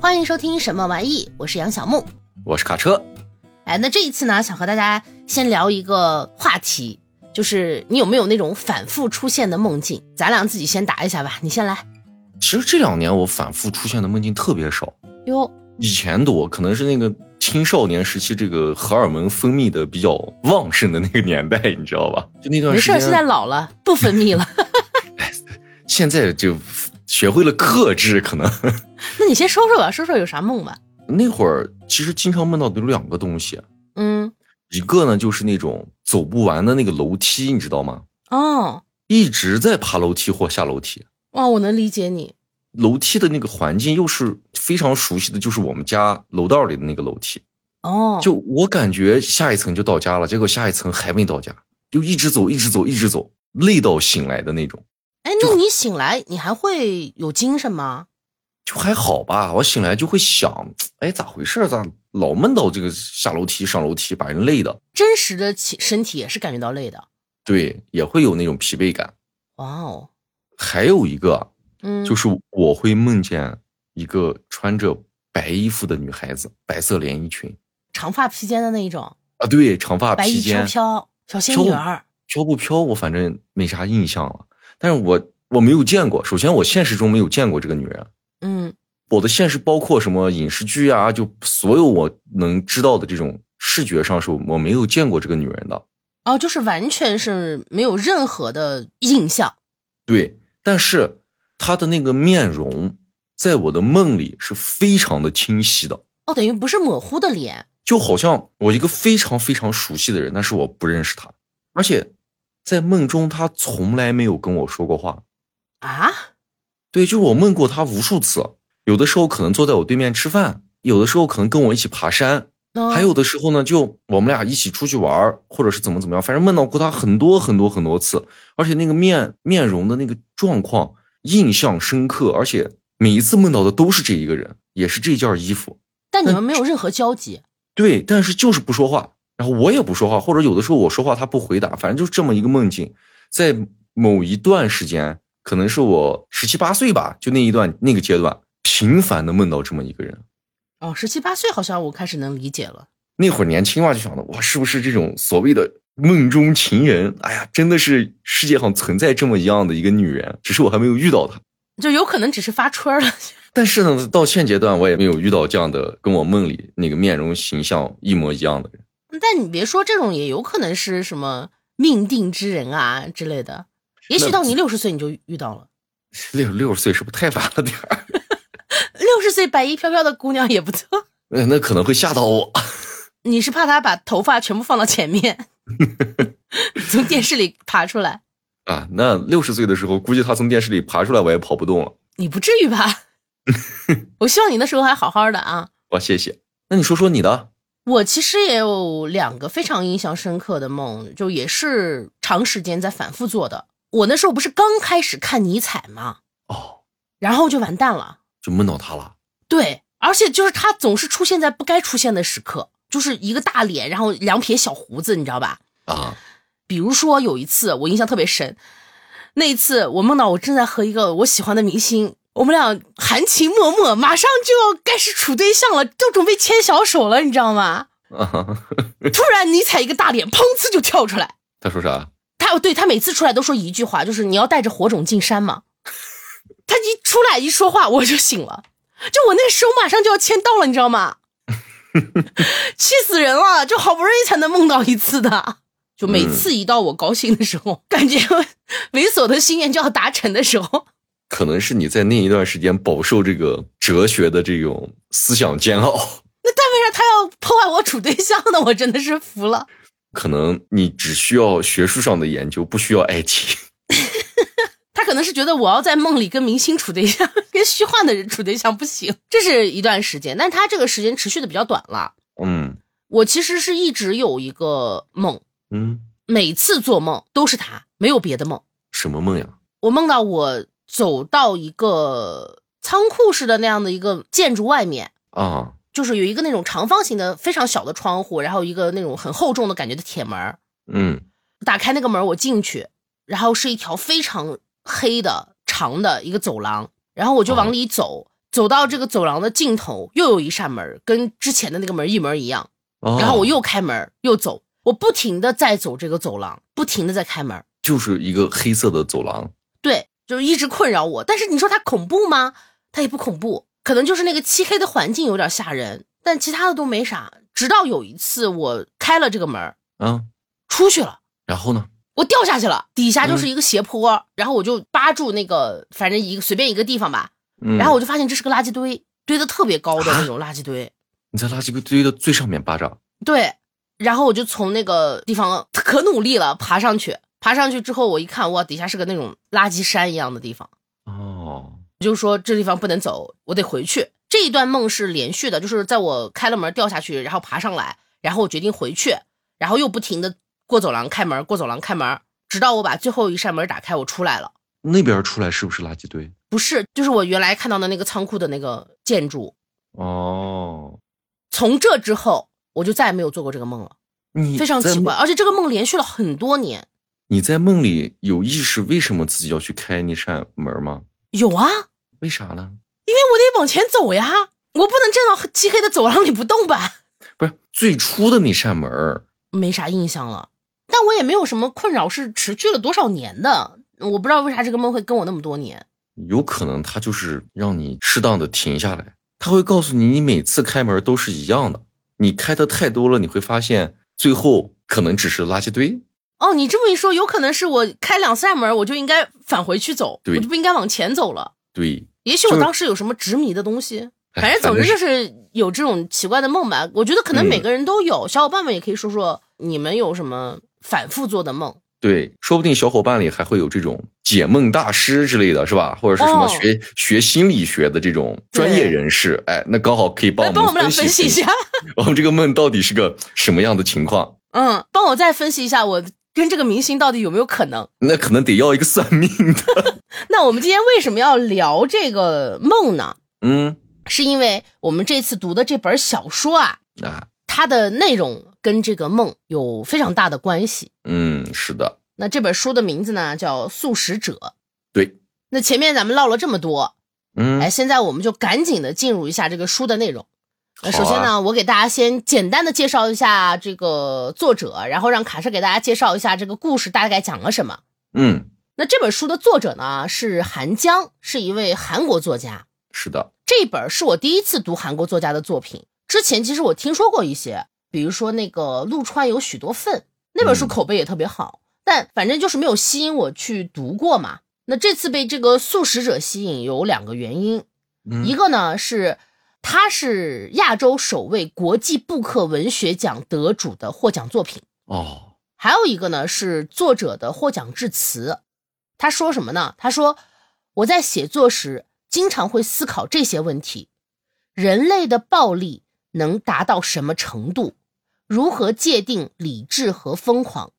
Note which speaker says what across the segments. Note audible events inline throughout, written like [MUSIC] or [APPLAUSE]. Speaker 1: 欢迎收听什么玩意？我是杨小木。
Speaker 2: 我是卡车，
Speaker 1: 哎，那这一次呢，想和大家先聊一个话题，就是你有没有那种反复出现的梦境？咱俩自己先答一下吧，你先来。
Speaker 2: 其实这两年我反复出现的梦境特别少，
Speaker 1: 哟，
Speaker 2: 以前多，可能是那个青少年时期这个荷尔蒙分泌的比较旺盛的那个年代， [LAUGHS] 你知道吧？就那段
Speaker 1: 没
Speaker 2: 时
Speaker 1: 事
Speaker 2: 间，
Speaker 1: 儿，现在老了，不分泌
Speaker 2: [LAUGHS]
Speaker 1: 了。
Speaker 2: 现在就学会了克制， [LAUGHS] 可能
Speaker 1: 那你先说说吧，说说有啥梦吧。
Speaker 2: 那会儿其实经常梦到的有两个东西，
Speaker 1: 嗯，
Speaker 2: 一个呢就是那种走不完的那个楼梯，你知道吗？
Speaker 1: 哦，
Speaker 2: 一直在爬楼梯或下楼梯，
Speaker 1: 哇，我能理解你。
Speaker 2: 楼梯的那个环境又是非常熟悉的，就是我们家楼道里的那个楼梯。
Speaker 1: 哦，
Speaker 2: 就我感觉下一层就到家了，结果下一层还没到家，就一直走，一直走，一直走，累到醒来的那种，
Speaker 1: 哎，那你醒来，你还会有精神吗？
Speaker 2: 就还好吧。我醒来就会想，哎，咋回事儿？咋老梦到这个下楼梯、上楼梯，把人累的？
Speaker 1: 真实的起身体也是感觉到累的。
Speaker 2: 对，也会有那种疲惫感。
Speaker 1: 哇哦，
Speaker 2: 还有一个啊
Speaker 1: 嗯，
Speaker 2: 就是我会梦见一个穿着白衣服的女孩子，白色连衣裙
Speaker 1: 长发披肩的那一种，
Speaker 2: 啊，对，长发
Speaker 1: 白
Speaker 2: 披
Speaker 1: 衣飘
Speaker 2: 肩，
Speaker 1: 飘，小仙
Speaker 2: 飘
Speaker 1: 女儿。
Speaker 2: 飘不飘，我反正没啥印象了。但是我我没有见过，首先我现实中没有见过这个女人。
Speaker 1: 嗯，
Speaker 2: 我的现实包括什么影视剧啊，就所有我能知道的这种视觉上是我没有见过这个女人的。
Speaker 1: 哦，就是完全是没有任何的印象。
Speaker 2: 对，但是她的那个面容在我的梦里是非常的清晰的，
Speaker 1: 哦，等于不是模糊的脸。
Speaker 2: 就好像我一个非常非常熟悉的人，但是我不认识她，而且在梦中她从来没有跟我说过话。
Speaker 1: 啊，
Speaker 2: 对，就是我梦过她无数次，有的时候可能坐在我对面吃饭，有的时候可能跟我一起爬山，
Speaker 1: 嗯
Speaker 2: 还有的时候呢，就我们俩一起出去玩儿，或者是怎么怎么样，反正梦到过他很多很多很多次，而且那个面面容的那个状况印象深刻，而且每一次梦到的都是这一个人，也是这件衣服。
Speaker 1: 但你们没有任何交集。
Speaker 2: 对，但是就是不说话，然后我也不说话，或者有的时候我说话他不回答，反正就是这么一个梦境，在某一段时间，可能是我十七八岁吧，就那一段那个阶段，频繁的梦到这么一个人。
Speaker 1: 哦，十七八岁好像我开始能理解了。
Speaker 2: 那会儿年轻嘛，就想着哇，是不是这种所谓的梦中情人？哎呀，真的是世界上存在这么一样的一个女人，只是我还没有遇到她。
Speaker 1: 就有可能只是发春儿了， [LAUGHS]
Speaker 2: 但是呢，到现阶段我也没有遇到这样的跟我梦里那个面容形象一模一样的人。
Speaker 1: 但你别说，这种也有可能是什么命定之人啊之类的。也许
Speaker 2: 那
Speaker 1: 到你六十岁你就遇到了， [LAUGHS]
Speaker 2: 六六十岁是不是太晚了点儿？
Speaker 1: 六十岁白衣飘飘的姑娘也不错。
Speaker 2: 那那可能会吓到我。 [LAUGHS]
Speaker 1: 你是怕她把头发全部放到前面，从电视里爬出来？
Speaker 2: 啊，那六十岁的时候，估计她从电视里爬出来，我也跑不动了。
Speaker 1: 你不至于吧？ [LAUGHS] 我希望你那时候还好好的啊。
Speaker 2: 哇，谢谢。那你说说你的？
Speaker 1: 我其实也有两个非常印象深刻的梦，就也是长时间在反复做的。我那时候不是刚开始看尼采嘛，
Speaker 2: 哦，
Speaker 1: 然后就完蛋了。
Speaker 2: 就梦到她了。
Speaker 1: 对，而且就是他总是出现在不该出现的时刻，就是一个大脸，然后两撇小胡子，你知道吧？
Speaker 2: 啊， [LAUGHS]
Speaker 1: 比如说有一次我印象特别深，那一次我梦到我正在和一个我喜欢的明星，我们俩含情脉脉，马上就要开始处对象了，就准备牵小手了，你知道吗？
Speaker 2: 啊，
Speaker 1: 突然尼采一个大脸砰呲就跳出来，
Speaker 2: 她说啥？
Speaker 1: 他对他每次出来都说一句话，就是你要带着火种进山嘛。他一出来一说话，我就醒了，就我那个手马上就要签到了，你知道吗？ [LAUGHS] 气死人了！就好不容易才能梦到一次的，就每次一到我高兴的时候，感觉猥琐的心愿就要达成的时候，
Speaker 2: 可能是你在那一段时间饱受这个哲学的这种思想煎熬，
Speaker 1: 为啥他要破坏我处对象呢？我真的是服了。
Speaker 2: 可能你只需要学术上的研究，不需要爱情。
Speaker 1: 他可能是觉得我要在梦里跟明星处对象，跟虚幻的人处对象不行。这是一段时间，但他这个时间持续的比较短了。
Speaker 2: 嗯
Speaker 1: 我其实是一直有一个梦，
Speaker 2: 嗯，
Speaker 1: 每次做梦都是他，没有别的梦。
Speaker 2: 什么梦呀？
Speaker 1: 我梦到我走到一个仓库似的那样的一个建筑外面，
Speaker 2: 啊，
Speaker 1: 就是有一个那种长方形的非常小的窗户，然后一个那种很厚重的感觉的铁门儿。
Speaker 2: 嗯
Speaker 1: 打开那个门儿，我进去，然后是一条非常黑的长的一个走廊，然后我就往里走，走到这个走廊的尽头，又有一扇门，跟之前的那个门一模一样。
Speaker 2: 哦
Speaker 1: 然后我又开门，又走，我不停的在走这个走廊，不停的在开门，
Speaker 2: 就是一个黑色的走廊，
Speaker 1: 对，就是一直困扰我。但是你说它恐怖吗？它也不恐怖，可能就是那个漆黑的环境有点吓人，但其他的都没啥。直到有一次我开了这个门，
Speaker 2: 啊，
Speaker 1: 出去了。
Speaker 2: 然后呢？
Speaker 1: 我掉下去了，底下就是一个斜坡，然后我就扒住那个，反正一个随便一个地方吧，
Speaker 2: 嗯，啊
Speaker 1: 然后我就发现这是个垃圾堆，堆的特别高的那种垃圾堆。
Speaker 2: 你在垃圾堆的最上面巴掌，
Speaker 1: 对，然后我就从那个地方可努力了，爬上去。爬上去之后，我一看，哇，底下是个那种垃圾山一样的地方，
Speaker 2: 哦，
Speaker 1: 我就说这地方不能走，我得回去。这一段梦是连续的，就是在我开了门掉下去，然后爬上来，然后我决定回去，然后又不停的过走廊开门，过走廊开门，直到我把最后一扇门打开，我出来了。
Speaker 2: 那边出来是不是垃圾堆？
Speaker 1: 不是，就是我原来看到的那个仓库的那个建筑。
Speaker 2: 哦，
Speaker 1: 从这之后，我就再也没有做过这个梦了，
Speaker 2: 你
Speaker 1: 非常
Speaker 2: 在
Speaker 1: 奇怪。
Speaker 2: 梦。
Speaker 1: 而且这个梦连续了很多年。
Speaker 2: 你在梦里有意识为什么自己要去开那扇门吗？
Speaker 1: 有啊，因
Speaker 2: 为啥呢？
Speaker 1: 为我得往前走呀，我不能站到漆黑的走廊里不动吧？
Speaker 2: 不是最初的那扇门儿
Speaker 1: 没啥印象了，但我也没有什么困扰是持续了多少年的。我不知道为啥这个梦会跟我那么多年。
Speaker 2: 有可能它就是让你适当的停下来，它会告诉你，你每次开门都是一样的。你开的太多了，你会发现最后可能只是垃圾堆。
Speaker 1: 哦，你这么一说，有可能是我开两扇门，我就应该返回去走，
Speaker 2: 对
Speaker 1: 我就不应该往前走了。
Speaker 2: 对，
Speaker 1: 也许我
Speaker 2: 就是
Speaker 1: 当时有什么执迷的东西，
Speaker 2: 哎
Speaker 1: 反正总之
Speaker 2: 反正
Speaker 1: 就是有这种奇怪的梦吧。我觉得可能
Speaker 2: 嗯
Speaker 1: 每个人都有，小伙伴们也可以说说你们有什么反复做的梦。
Speaker 2: 对，说不定小伙伴里还会有这种解梦大师之类的是吧？或者是什么
Speaker 1: 哦
Speaker 2: 学、学心理学的这种专业
Speaker 1: 对
Speaker 2: 人士，哎，那刚好可以帮
Speaker 1: 来
Speaker 2: 我
Speaker 1: 帮我
Speaker 2: 们
Speaker 1: 们俩分析一下，
Speaker 2: 我哦们这个梦到底是个什么样的情况？
Speaker 1: 嗯，帮我再分析一下我跟这个明星到底有没有可能。
Speaker 2: 那可能得要一个算命的。
Speaker 1: 那我们今天为什么要聊这个梦呢？
Speaker 2: 嗯
Speaker 1: 是因为我们这次读的这本小说啊，
Speaker 2: 啊，
Speaker 1: 它的内容跟这个梦有非常大的关系。
Speaker 2: 嗯，是的，
Speaker 1: 那这本书的名字呢叫《素食者》。
Speaker 2: 对，
Speaker 1: 那前面咱们唠了这么多，哎，
Speaker 2: 嗯，
Speaker 1: 现在我们就赶紧的进入一下这个书的内容。那
Speaker 2: 好啊
Speaker 1: 首先呢，我给大家先简单的介绍一下这个作者，然后让卡莎给大家介绍一下这个故事大概讲了什么。
Speaker 2: 嗯，
Speaker 1: 那这本书的作者呢是韩江，是一位韩国作家。
Speaker 2: 是的，
Speaker 1: 这本是我第一次读韩国作家的作品，之前其实我听说过一些，比如说那个《陆川有许多粪》那本书
Speaker 2: 嗯
Speaker 1: 口碑也特别好，但反正就是没有吸引我去读过嘛。那这次被这个《素食者》吸引有两个原因，
Speaker 2: 嗯
Speaker 1: 一个呢是它是亚洲首位国际布克文学奖得主的获奖作品，
Speaker 2: 哦，
Speaker 1: 还有一个呢是作者的获奖致辞。他说什么呢？他说我在写作时经常会思考这些问题：人类的暴力能达到什么程度？如何界定理智和疯狂？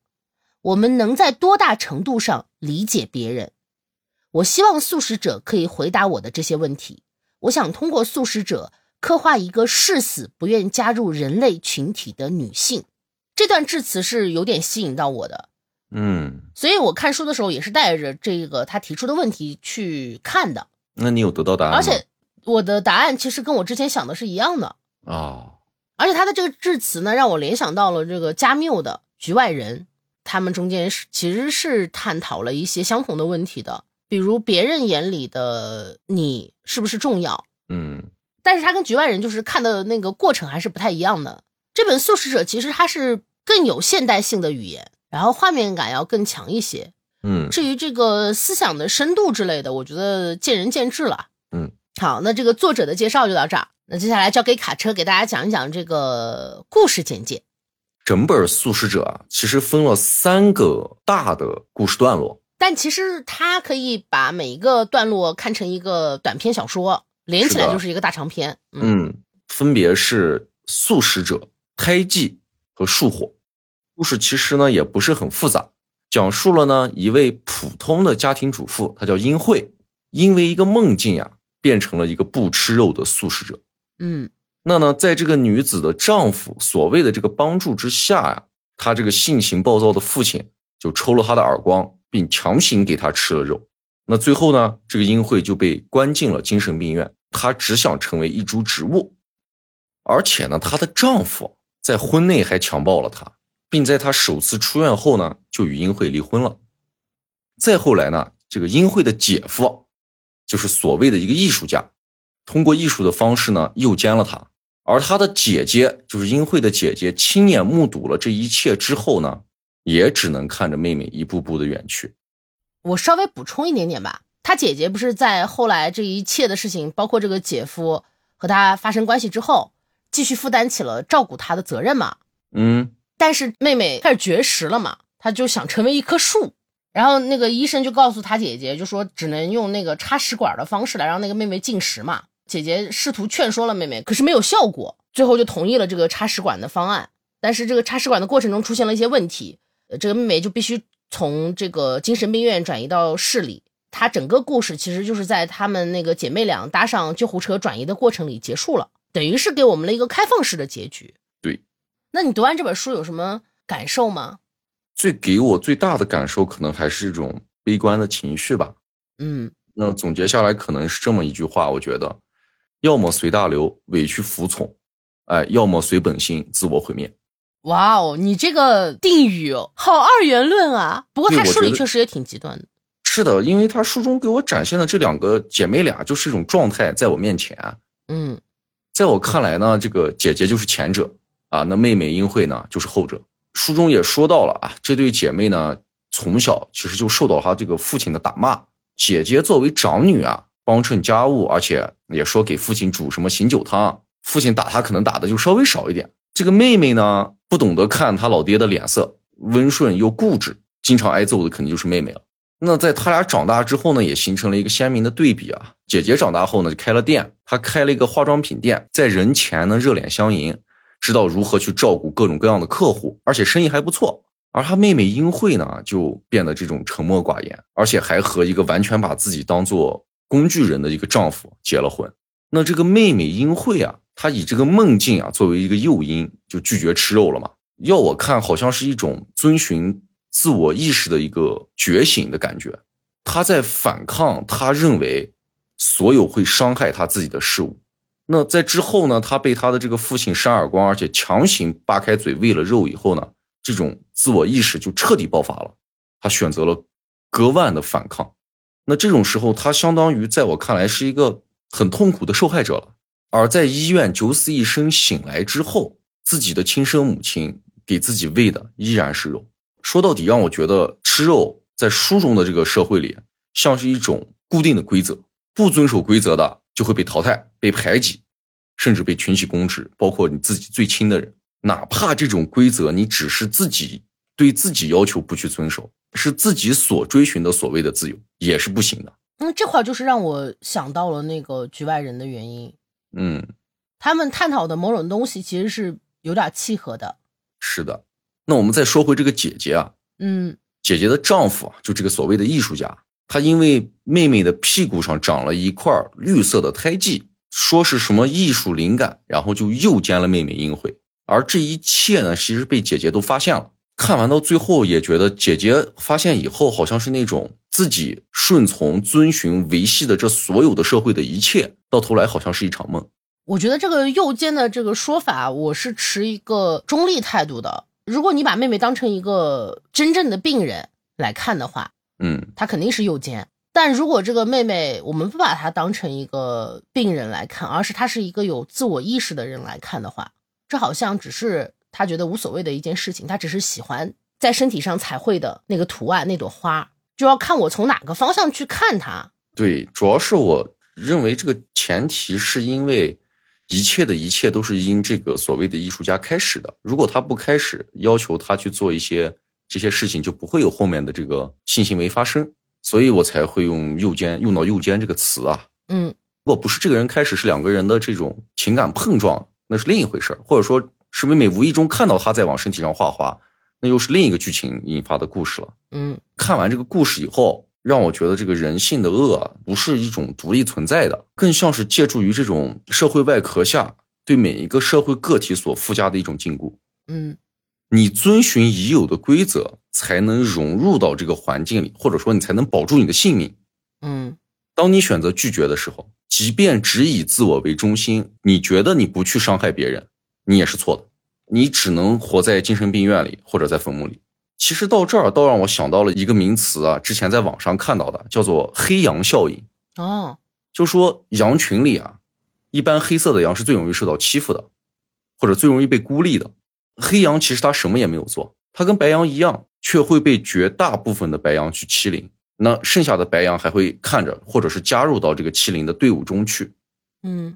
Speaker 1: 我们能在多大程度上理解别人？我希望素食者可以回答我的这些问题。我想通过素食者刻画一个誓死不愿加入人类群体的女性。这段致辞是有点吸引到我的，
Speaker 2: 嗯，
Speaker 1: 所以我看书的时候也是带着这个他提出的问题去看的，
Speaker 2: 那你有得到答案吗？
Speaker 1: 而且我的答案其实跟我之前想的是一样的，
Speaker 2: 哦，
Speaker 1: 而且他的这个致辞呢，让我联想到了这个加缪的《局外人》，他们中间是其实是探讨了一些相同的问题的，比如别人眼里的你是不是重要，
Speaker 2: 嗯，
Speaker 1: 但是他跟局外人就是看的那个过程还是不太一样的。这本《素食者》其实它是更有现代性的语言，然后画面感要更强一些。
Speaker 2: 嗯，
Speaker 1: 至于这个思想的深度之类的，我觉得见仁见智了。
Speaker 2: 嗯，
Speaker 1: 好，那这个作者的介绍就到这儿，那接下来交给卡车给大家讲一讲这个故事简介。
Speaker 2: 整本《素食者》啊，其实分了三个大的故事段落。
Speaker 1: 但其实它可以把每一个段落看成一个短篇小说，连起
Speaker 2: 是
Speaker 1: 来
Speaker 2: 的
Speaker 1: 就是一个大长篇。嗯，
Speaker 2: 嗯，分别是《素食者》《胎记》和《树火》。故事其实呢也不是很复杂，讲述了呢一位普通的家庭主妇，她叫英惠，因为一个梦境呀、变成了一个不吃肉的素食者。
Speaker 1: 嗯
Speaker 2: 那呢，在这个女子的丈夫所谓的这个帮助之下呀、她这个性情暴躁的父亲就抽了她的耳光，并强行给她吃了肉。那最后呢，这个英惠就被关进了精神病院。她只想成为一株植物，而且呢，她的丈夫在婚内还强暴了她，并在她首次出院后呢，就与英惠离婚了。再后来呢，这个英惠的姐夫，就是所谓的一个艺术家，通过艺术的方式呢，诱奸了她。而她的姐姐，就是英惠的姐姐，亲眼目睹了这一切之后呢，也只能看着妹妹一步步的远去。
Speaker 1: 我稍微补充一点点吧。他姐姐不是在后来这一切的事情，包括这个姐夫和他发生关系之后，继续负担起了照顾他的责任嘛。
Speaker 2: 嗯，
Speaker 1: 但是妹妹开始绝食了嘛，她就想成为一棵树。然后那个医生就告诉她姐姐，就说只能用那个插食管的方式来让那个妹妹进食嘛。姐姐试图劝说了妹妹，可是没有效果，最后就同意了这个插食管的方案。但是这个插食管的过程中出现了一些问题，呃这个妹妹就必须从这个精神病院转移到市里。她整个故事其实就是在她们那个姐妹俩搭上救护车转移的过程里结束了，等于是给我们了一个开放式的结局。
Speaker 2: 对，
Speaker 1: 那你读完这本书有什么感受吗？
Speaker 2: 最给我最大的感受，可能还是一种悲观的情绪吧。
Speaker 1: 嗯，
Speaker 2: 那总结下来，可能是这么一句话，我觉得，要么随大流，委屈服从，哎，要么随本心，自我毁灭。
Speaker 1: 哇哦，你这个定语哦好二元论啊！不过
Speaker 2: 对
Speaker 1: 他
Speaker 2: 我
Speaker 1: 书
Speaker 2: 觉
Speaker 1: 里
Speaker 2: 得
Speaker 1: 确实也挺极端的。
Speaker 2: 是的，因为他书中给我展现的这两个姐妹俩，就是一种状态，在我面前，啊
Speaker 1: 嗯，
Speaker 2: 在我看来呢，这个姐姐就是前者啊，那妹妹英惠呢就是后者。书中也说到了啊，这对姐妹呢从小其实就受到她这个父亲的打骂。姐姐作为长女啊，帮衬家务，而且也说给父亲煮什么醒酒汤，父亲打她可能打的就稍微少一点。这个妹妹呢，不懂得看她老爹的脸色，温顺又固执，经常挨揍的肯定就是妹妹了。那在他俩长大之后呢，也形成了一个鲜明的对比啊。姐姐长大后呢，就开了店，她开了一个化妆品店，在人前呢热脸相迎，知道如何去照顾各种各样的客户，而且生意还不错。而她妹妹英惠呢，就变得这种沉默寡言，而且还和一个完全把自己当做工具人的一个丈夫结了婚。那这个妹妹英惠啊，她以这个梦境啊作为一个诱因，就拒绝吃肉了嘛。要我看，好像是一种遵循自我意识的一个觉醒的感觉。她在反抗她认为所有会伤害她自己的事物。那在之后呢，她被她的这个父亲扇耳光，而且强行扒开嘴喂了肉以后呢，这种自我意识就彻底爆发了。她选择了割腕的反抗。那这种时候，她相当于在我看来是一个很痛苦的受害者了。而在医院九死一生醒来之后，自己的亲生母亲给自己喂的依然是肉。说到底，让我觉得吃肉在书中的这个社会里，像是一种固定的规则，不遵守规则的就会被淘汰、被排挤，甚至被群起攻之，包括你自己最亲的人。哪怕这种规则你只是自己对自己要求不去遵守，是自己所追寻的所谓的自由，也是不行的。
Speaker 1: 嗯，这块儿就是让我想到了那个局外人的原因，
Speaker 2: 嗯，
Speaker 1: 他们探讨的某种东西其实是有点契合的。
Speaker 2: 是的。那我们再说回这个姐姐啊，
Speaker 1: 嗯
Speaker 2: 姐姐的丈夫啊，就这个所谓的艺术家，他因为妹妹的屁股上长了一块绿色的胎记，说是什么艺术灵感，然后就诱奸了妹妹英惠。而这一切呢，其实被姐姐都发现了。看完到最后，也觉得姐姐发现以后，好像是那种自己顺从、遵循、维系的这所有的社会的一切，到头来好像是一场梦。
Speaker 1: 我觉得这个右肩的这个说法，啊我是持一个中立态度的。如果你把妹妹当成一个真正的病人来看的话，
Speaker 2: 嗯，
Speaker 1: 她肯定是右肩。但如果这个妹妹，我们不把她当成一个病人来看，而是她是一个有自我意识的人来看的话，这好像只是她觉得无所谓的一件事情，她只是喜欢在身体上彩绘的那个图案，那朵花，就要看我从哪个方向去看它。
Speaker 2: 对，主要是我认为这个前提是因为一切的一切都是因这个所谓的艺术家开始的。如果他不开始，要求他去做一些这些事情，就不会有后面的这个性行为发生。所以我才会用“右肩”用到“右肩”这个词啊。
Speaker 1: 嗯，
Speaker 2: 如果不是这个人开始，是两个人的这种情感碰撞，那是另一回事儿。或者说是妹妹无意中看到他在往身体上画画，那又是另一个剧情引发的故事了。
Speaker 1: 嗯
Speaker 2: 看完这个故事以后，让我觉得这个人性的恶啊不是一种独立存在的，更像是借助于这种社会外壳下对每一个社会个体所附加的一种禁锢。
Speaker 1: 嗯
Speaker 2: 你遵循已有的规则，才能融入到这个环境里，或者说你才能保住你的性命。
Speaker 1: 嗯
Speaker 2: 当你选择拒绝的时候，即便只以自我为中心，你觉得你不去伤害别人，你也是错的。你只能活在精神病院里，或者在坟墓里。其实到这儿，倒让我想到了一个名词啊，之前在网上看到的，叫做“黑羊效应”。
Speaker 1: 哦，
Speaker 2: 就说羊群里啊，一般黑色的羊是最容易受到欺负的，或者最容易被孤立的。黑羊其实它什么也没有做，它跟白羊一样，却会被绝大部分的白羊去欺凌。那剩下的白羊还会看着，或者是加入到这个欺凌的队伍中去。
Speaker 1: 嗯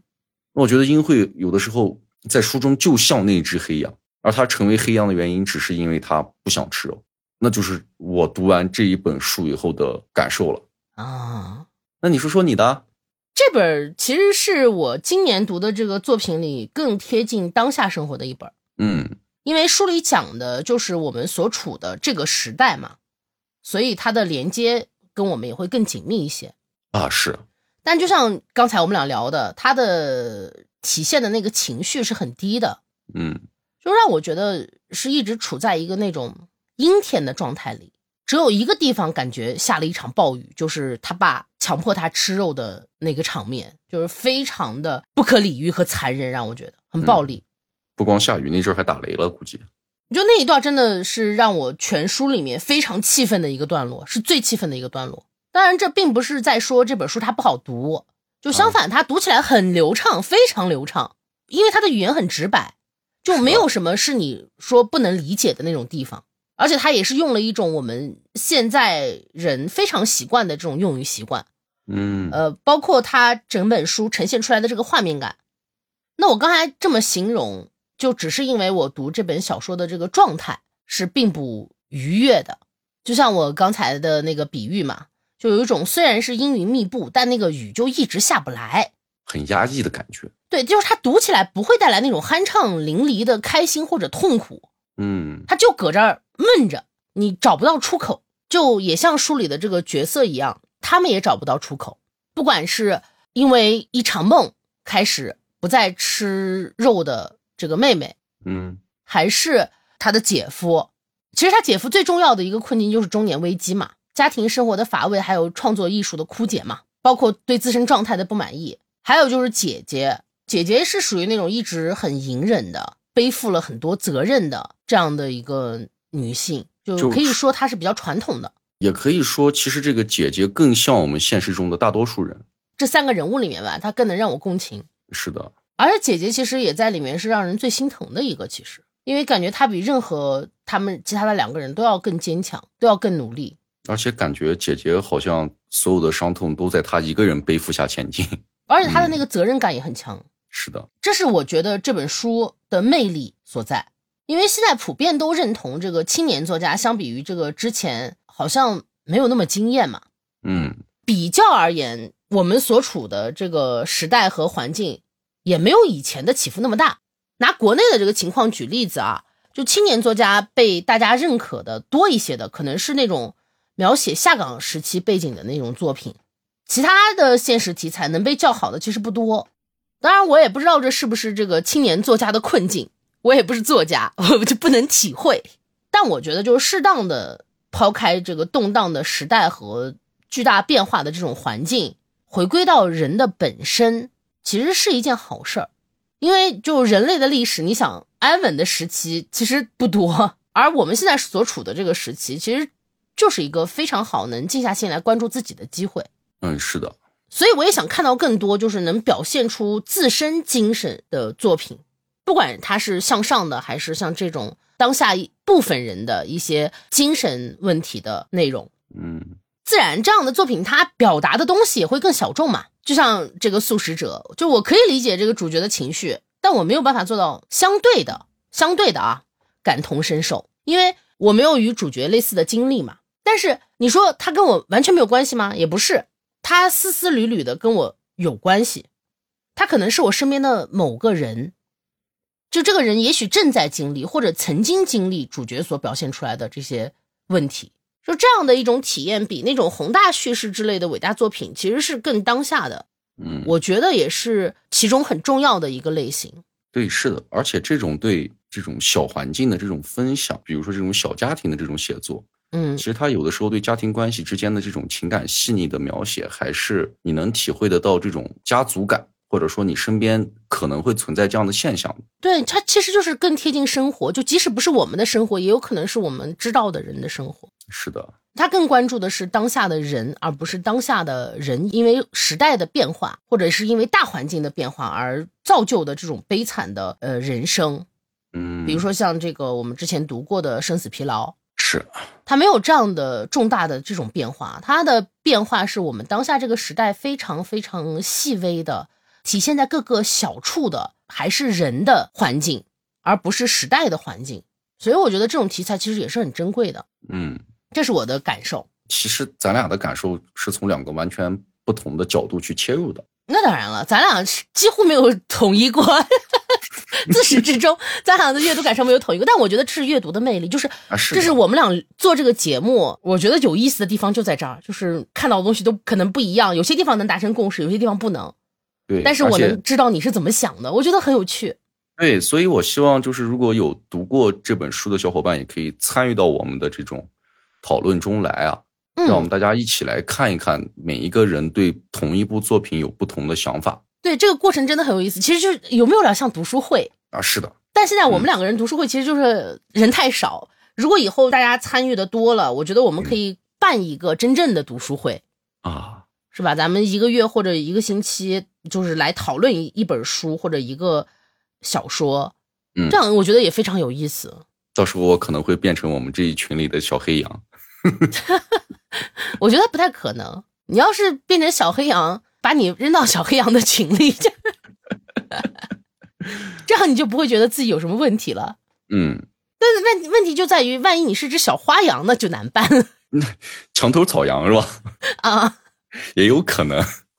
Speaker 2: 那我觉得英惠有的时候在书中就像那只黑羊，而它成为黑羊的原因，只是因为它不想吃肉。那就是我读完这一本书以后的感受了。
Speaker 1: 啊，
Speaker 2: 那你说说你的？
Speaker 1: 这本儿其实是我今年读的这个作品里更贴近当下生活的一本儿，
Speaker 2: 嗯
Speaker 1: 因为书里讲的就是我们所处的这个时代嘛，所以它的连接跟我们也会更紧密一些。
Speaker 2: 啊，是
Speaker 1: 但就像刚才我们俩聊的，它的体现的那个情绪是很低的，
Speaker 2: 嗯
Speaker 1: 就让我觉得是一直处在一个那种阴天的状态里。只有一个地方感觉下了一场暴雨，就是他爸强迫他吃肉的那个场面，就是非常的不可理喻和残忍，让我觉得很暴力。
Speaker 2: 不光下雨那阵儿还打雷了，估计。
Speaker 1: 就那一段真的是让我全书里面非常气愤的一个段落，是最气愤的一个段落。当然，这并不是在说这本书它不好读，就相反，它读起来很流畅，非常流畅，因为它的语言很直白，就没有什么是你说不能理解的那种地方。而且它也是用了一种我们现在人非常习惯的这种用语习惯，
Speaker 2: 嗯
Speaker 1: 呃，包括它整本书呈现出来的这个画面感。那我刚才这么形容，就只是因为我读这本小说的这个状态是并不愉悦的，就像我刚才的那个比喻嘛，就有一种虽然是阴云密布，但那个雨就一直下不来。
Speaker 2: 很压抑的感觉。
Speaker 1: 对，就是它读起来不会带来那种酣畅淋漓的开心或者痛苦，
Speaker 2: 嗯
Speaker 1: 他就搁这儿闷着，你找不到出口，就也像书里的这个角色一样，他们也找不到出口。不管是因为一场梦开始不再吃肉的这个妹妹，
Speaker 2: 嗯
Speaker 1: 还是他的姐夫，其实他姐夫最重要的一个困境就是中年危机嘛，家庭生活的乏味，还有创作艺术的枯竭嘛，包括对自身状态的不满意，还有就是姐姐，姐姐是属于那种一直很隐忍的，背负了很多责任的这样的一个女性，就
Speaker 2: 就
Speaker 1: 可以说她是比较传统的。
Speaker 2: 也可以说，其实这个姐姐更像我们现实中的大多数人。
Speaker 1: 这三个人物里面吧，她更能让我共情，
Speaker 2: 是的，
Speaker 1: 而且姐姐其实也在里面是让人最心疼的一个，其实，因为感觉她比任何他们其他的两个人都要更坚强，都要更努力。
Speaker 2: 而且感觉姐姐好像所有的伤痛都在她一个人背负下前进。 [LAUGHS]
Speaker 1: 而且他的那个责任感也很强，
Speaker 2: 是的，
Speaker 1: 这是我觉得这本书的魅力所在。因为现在普遍都认同这个青年作家，相比于这个之前好像没有那么惊艳嘛。
Speaker 2: 嗯，
Speaker 1: 比较而言，我们所处的这个时代和环境也没有以前的起伏那么大。拿国内的这个情况举例子啊，就青年作家被大家认可的多一些的，可能是那种描写下岗时期背景的那种作品，其他的现实题材能被叫好的其实不多。当然，我也不知道这是不是这个青年作家的困境，我也不是作家， [LAUGHS] 我就不能体会。但我觉得，就是适当的抛开这个动荡的时代和巨大变化的这种环境，回归到人的本身，其实是一件好事儿。因为就人类的历史，你想安稳的时期其实不多，而我们现在所处的这个时期，其实就是一个非常好能静下心来关注自己的机会。
Speaker 2: 嗯，是的，
Speaker 1: 所以我也想看到更多，就是能表现出自身精神的作品，不管它是向上的，还是像这种当下一部分人的一些精神问题的内容。
Speaker 2: 嗯
Speaker 1: 自然，这样的作品它表达的东西也会更小众嘛。就像这个素食者，就我可以理解这个主角的情绪，但我没有办法做到相对的、相对的啊感同身受，因为我没有与主角类似的经历嘛。但是你说他跟我完全没有关系吗？也不是，他丝丝缕缕的跟我有关系，他可能是我身边的某个人，就这个人也许正在经历或者曾经经历主角所表现出来的这些问题。就这样的一种体验，比那种宏大叙事之类的伟大作品其实是更当下的，
Speaker 2: 嗯，
Speaker 1: 我觉得也是其中很重要的一个类型。
Speaker 2: 对，是的，而且这种对这种小环境的这种分享，比如说这种小家庭的这种写作，
Speaker 1: 嗯
Speaker 2: 其实他有的时候对家庭关系之间的这种情感细腻的描写，还是你能体会得到这种家族感，或者说你身边可能会存在这样的现象。
Speaker 1: 对，它其实就是更贴近生活，就即使不是我们的生活，也有可能是我们知道的人的生活。
Speaker 2: 是的，
Speaker 1: 他更关注的是当下的人，而不是当下的人因为时代的变化，或者是因为大环境的变化而造就的这种悲惨的呃人生。
Speaker 2: 嗯，
Speaker 1: 比如说像这个我们之前读过的《生死疲劳》，
Speaker 2: 是
Speaker 1: 它没有这样的重大的这种变化，它的变化是我们当下这个时代非常非常细微的，体现在各个小处的，还是人的环境，而不是时代的环境。所以我觉得这种题材其实也是很珍贵的，
Speaker 2: 嗯，
Speaker 1: 这是我的感受。
Speaker 2: 其实咱俩的感受是从两个完全不同的角度去切入的。
Speaker 1: 那当然了，咱俩是几乎没有统一过， [LAUGHS] 自始至终，咱俩的阅读感受没有统一过。但我觉得这是阅读的魅力，就是
Speaker 2: 啊是
Speaker 1: 这
Speaker 2: 的
Speaker 1: 是我们俩做这个节目，我觉得有意思的地方就在这儿，就是看到的东西都可能不一样，有些地方能达成共识，有些地方不能。
Speaker 2: 对，
Speaker 1: 但是
Speaker 2: 而
Speaker 1: 我
Speaker 2: 且
Speaker 1: 能知道你是怎么想的，我觉得很有趣。
Speaker 2: 对，所以我希望就是如果有读过这本书的小伙伴，也可以参与到我们的这种讨论中来啊，让我
Speaker 1: 嗯，
Speaker 2: 们大家一起来看一看每一个人对同一部作品有不同的想法
Speaker 1: 对，这个过程真的很有意思。其实就是有没有点像读书会，
Speaker 2: 啊。是的，
Speaker 1: 但现在我们
Speaker 2: 嗯
Speaker 1: 两个人读书会其实就是人太少。如果以后大家参与的多了，我觉得我
Speaker 2: 嗯
Speaker 1: 们可以办一个真正的读书会。
Speaker 2: 啊，
Speaker 1: 是吧？咱们一个月或者一个星期，就是来讨论一一本书或者一个小说，
Speaker 2: 嗯
Speaker 1: 这样我觉得也非常有意思。
Speaker 2: 到时候我可能会变成我们这一群里的小黑羊。
Speaker 1: 我觉得不太可能。你要是变成小黑羊，把你扔到小黑羊的群里，这 [LAUGHS] 这样你就不会觉得自己有什么问题了。
Speaker 2: 嗯，
Speaker 1: 但是问问题就在于，万一你是只小花羊，那就难办了
Speaker 2: 墙头草羊是吧？
Speaker 1: 啊。
Speaker 2: 也有可能。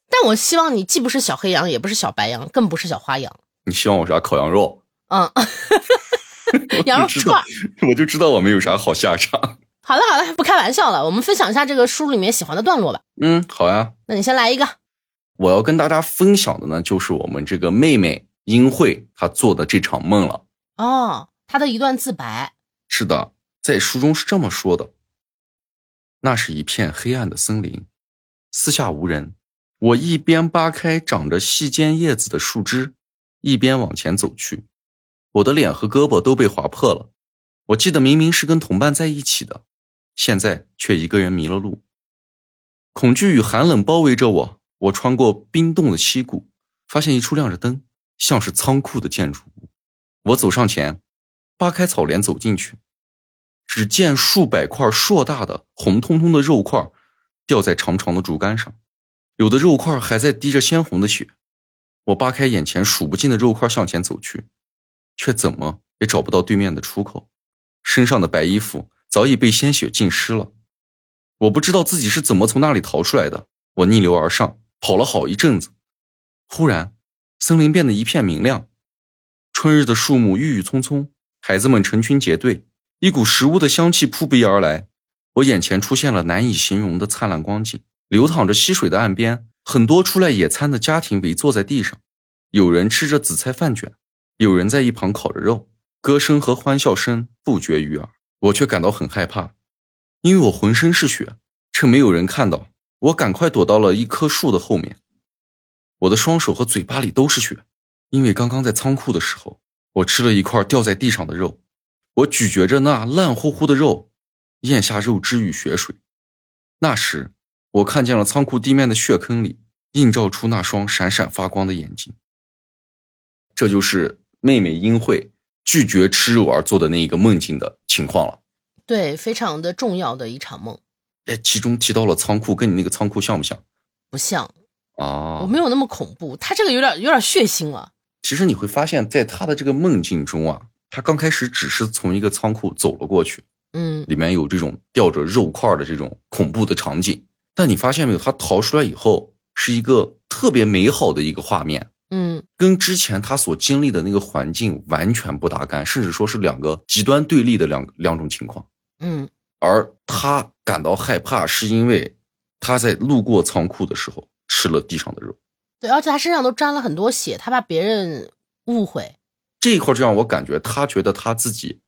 Speaker 1: 但我希望你既不是小黑羊，也不是小白羊，更不是小花羊。
Speaker 2: 你希望我啥烤羊肉？
Speaker 1: 嗯， [LAUGHS] 羊肉
Speaker 2: 我就知道
Speaker 1: 串儿，
Speaker 2: 我就知道我没有啥好下场。
Speaker 1: 好了好了，不开玩笑了，我们分享一下这个书里面喜欢的段落吧。
Speaker 2: 嗯，好呀。
Speaker 1: 那你先来一个，
Speaker 2: 我要跟大家分享的呢，就是我们这个妹妹英慧她做的这场梦了。
Speaker 1: 哦，他的一段自白，
Speaker 2: 是的，在书中是这么说的：那是一片黑暗的森林，四下无人。我一边扒开长着细尖叶子的树枝，一边往前走去。我的脸和胳膊都被划破了。我记得明明是跟同伴在一起的，现在却一个人迷了路。恐惧与寒冷包围着我。我穿过冰冻的溪谷，发现一处亮着灯，像是仓库的建筑物。我走上前，扒开草帘走进去，只见数百块硕大的红彤彤的肉块掉在长长的竹竿上，有的肉块还在滴着鲜红的血。我扒开眼前数不尽的肉块向前走去，却怎么也找不到对面的出口。身上的白衣服早已被鲜血浸湿了。我不知道自己是怎么从那里逃出来的。我逆流而上，跑了好一阵子。忽然，森林变得一片明亮，春日的树木郁郁葱葱，孩子们成群结队，一股食物的香气扑鼻而来。我眼前出现了难以形容的灿烂光景，流淌着溪水的岸边，很多出来野餐的家庭围坐在地上，有人吃着紫菜饭卷，有人在一旁烤着肉，歌声和欢笑声不绝于耳。我却感到很害怕，因为我浑身是血。趁没有人看到，我赶快躲到了一棵树的后面。我的双手和嘴巴里都是血，因为刚刚在仓库的时候，我吃了一块掉在地上的肉，我咀嚼着那烂乎乎的肉，咽下肉汁与血水。那时，我看见了仓库地面的血坑里映照出那双闪闪发光的眼睛。这就是妹妹英惠拒绝吃肉而做的那一个梦境的情况了。
Speaker 1: 对，非常的重要的一场梦，
Speaker 2: 哎，其中提到了仓库，跟你那个仓库像不像
Speaker 1: 不像，
Speaker 2: 啊
Speaker 1: 我？没有那么恐怖，他这个有点有点血腥了，
Speaker 2: 其实你会发现，在他的这个梦境中啊，他刚开始只是从一个仓库走了过去，
Speaker 1: 嗯，
Speaker 2: 里面有这种吊着肉块的这种恐怖的场景。但你发现没有，他逃出来以后是一个特别美好的一个画面，
Speaker 1: 嗯，
Speaker 2: 跟之前他所经历的那个环境完全不搭干，甚至说是两个极端对立的两两种情况。
Speaker 1: 嗯，
Speaker 2: 而他感到害怕，是因为他在路过仓库的时候吃了地上的肉。
Speaker 1: 对，而且他身上都沾了很多血，他怕别人误会，
Speaker 2: 这一块儿就让我感觉他觉得他自己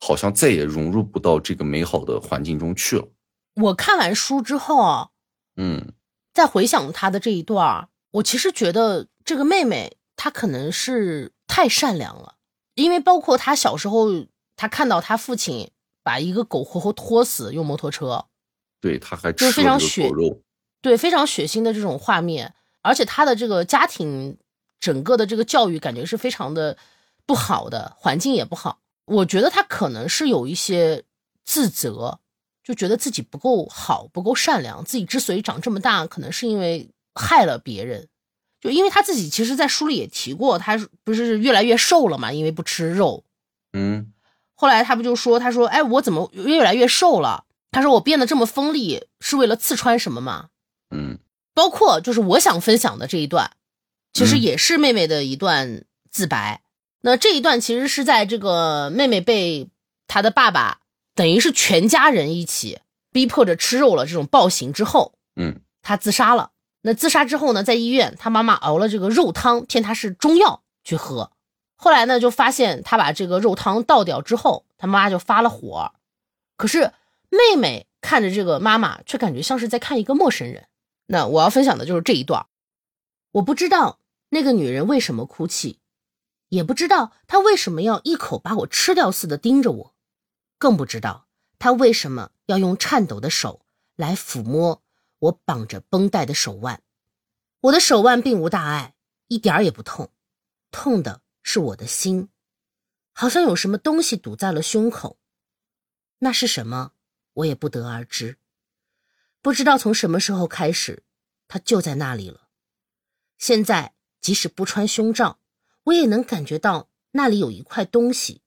Speaker 2: 好像再也融入不到这个美好的环境中去了。
Speaker 1: 我看完书之后啊，
Speaker 2: 嗯
Speaker 1: 再回想她的这一段儿，我其实觉得这个妹妹她可能是太善良了，因为包括她小时候，她看到她父亲把一个狗活活拖死，用摩托车，，
Speaker 2: 对，他还吃
Speaker 1: 就是非
Speaker 2: 了
Speaker 1: 常
Speaker 2: 这个
Speaker 1: 血
Speaker 2: 狗肉，
Speaker 1: 对，非常血腥的这种画面，而且她的这个家庭整个的这个教育感觉是非常的不好的，环境也不好。我觉得她可能是有一些自责，就觉得自己不够好，不够善良，自己之所以长这么大，可能是因为害了别人。就因为她自己其实，在书里也提过，她不是越来越瘦了嘛，因为不吃肉，
Speaker 2: 嗯
Speaker 1: 后来他不就说，他说，哎，我怎么越来越瘦了？他说我变得这么锋利是为了刺穿什么吗？
Speaker 2: 嗯
Speaker 1: 包括就是我想分享的这一段，其实
Speaker 2: 嗯
Speaker 1: 也是妹妹的一段自白。那这一段其实是在这个妹妹被她的爸爸，等于是全家人一起逼迫着吃肉了这种暴行之后，
Speaker 2: 嗯
Speaker 1: 她自杀了。那自杀之后呢，在医院，她妈妈熬了这个肉汤，骗她是中药去喝。后来呢，就发现她把这个肉汤倒掉之后，她妈就发了火。可是妹妹看着这个妈妈，却感觉像是在看一个陌生人。那我要分享的就是这一段儿。我不知道那个女人为什么哭泣，也不知道她为什么要一口把我吃掉似的盯着我，更不知道她为什么要用颤抖的手来抚摸我绑着绷带的手腕。我的手腕并无大碍，一点儿也不痛，痛的是我的心，好像有什么东西堵在了胸口。那是什么，我也不得而知。不知道从什么时候开始，它就在那里了。现在即使不穿胸罩，我也能感觉到那里有一块东西。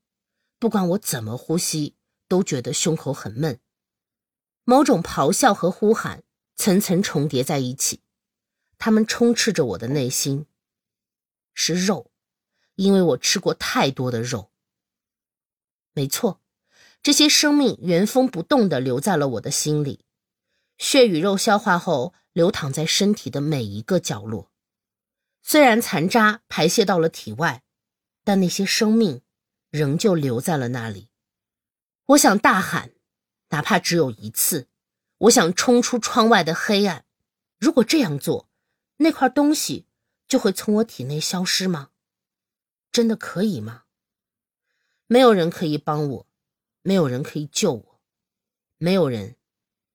Speaker 1: 不管我怎么呼吸，都觉得胸口很闷。某种咆哮和呼喊层层重叠在一起，它们充斥着我的内心。是肉，因为我吃过太多的肉。没错，这些生命原封不动地留在了我的心里。血与肉消化后流淌在身体的每一个角落。虽然残渣排泄到了体外，但那些生命仍旧留在了那里。我想大喊，哪怕只有一次。我想冲出窗外的黑暗。如果这样做，那块东西就会从我体内消失吗？真的可以吗？没有人可以帮我，没有人可以救我，没有人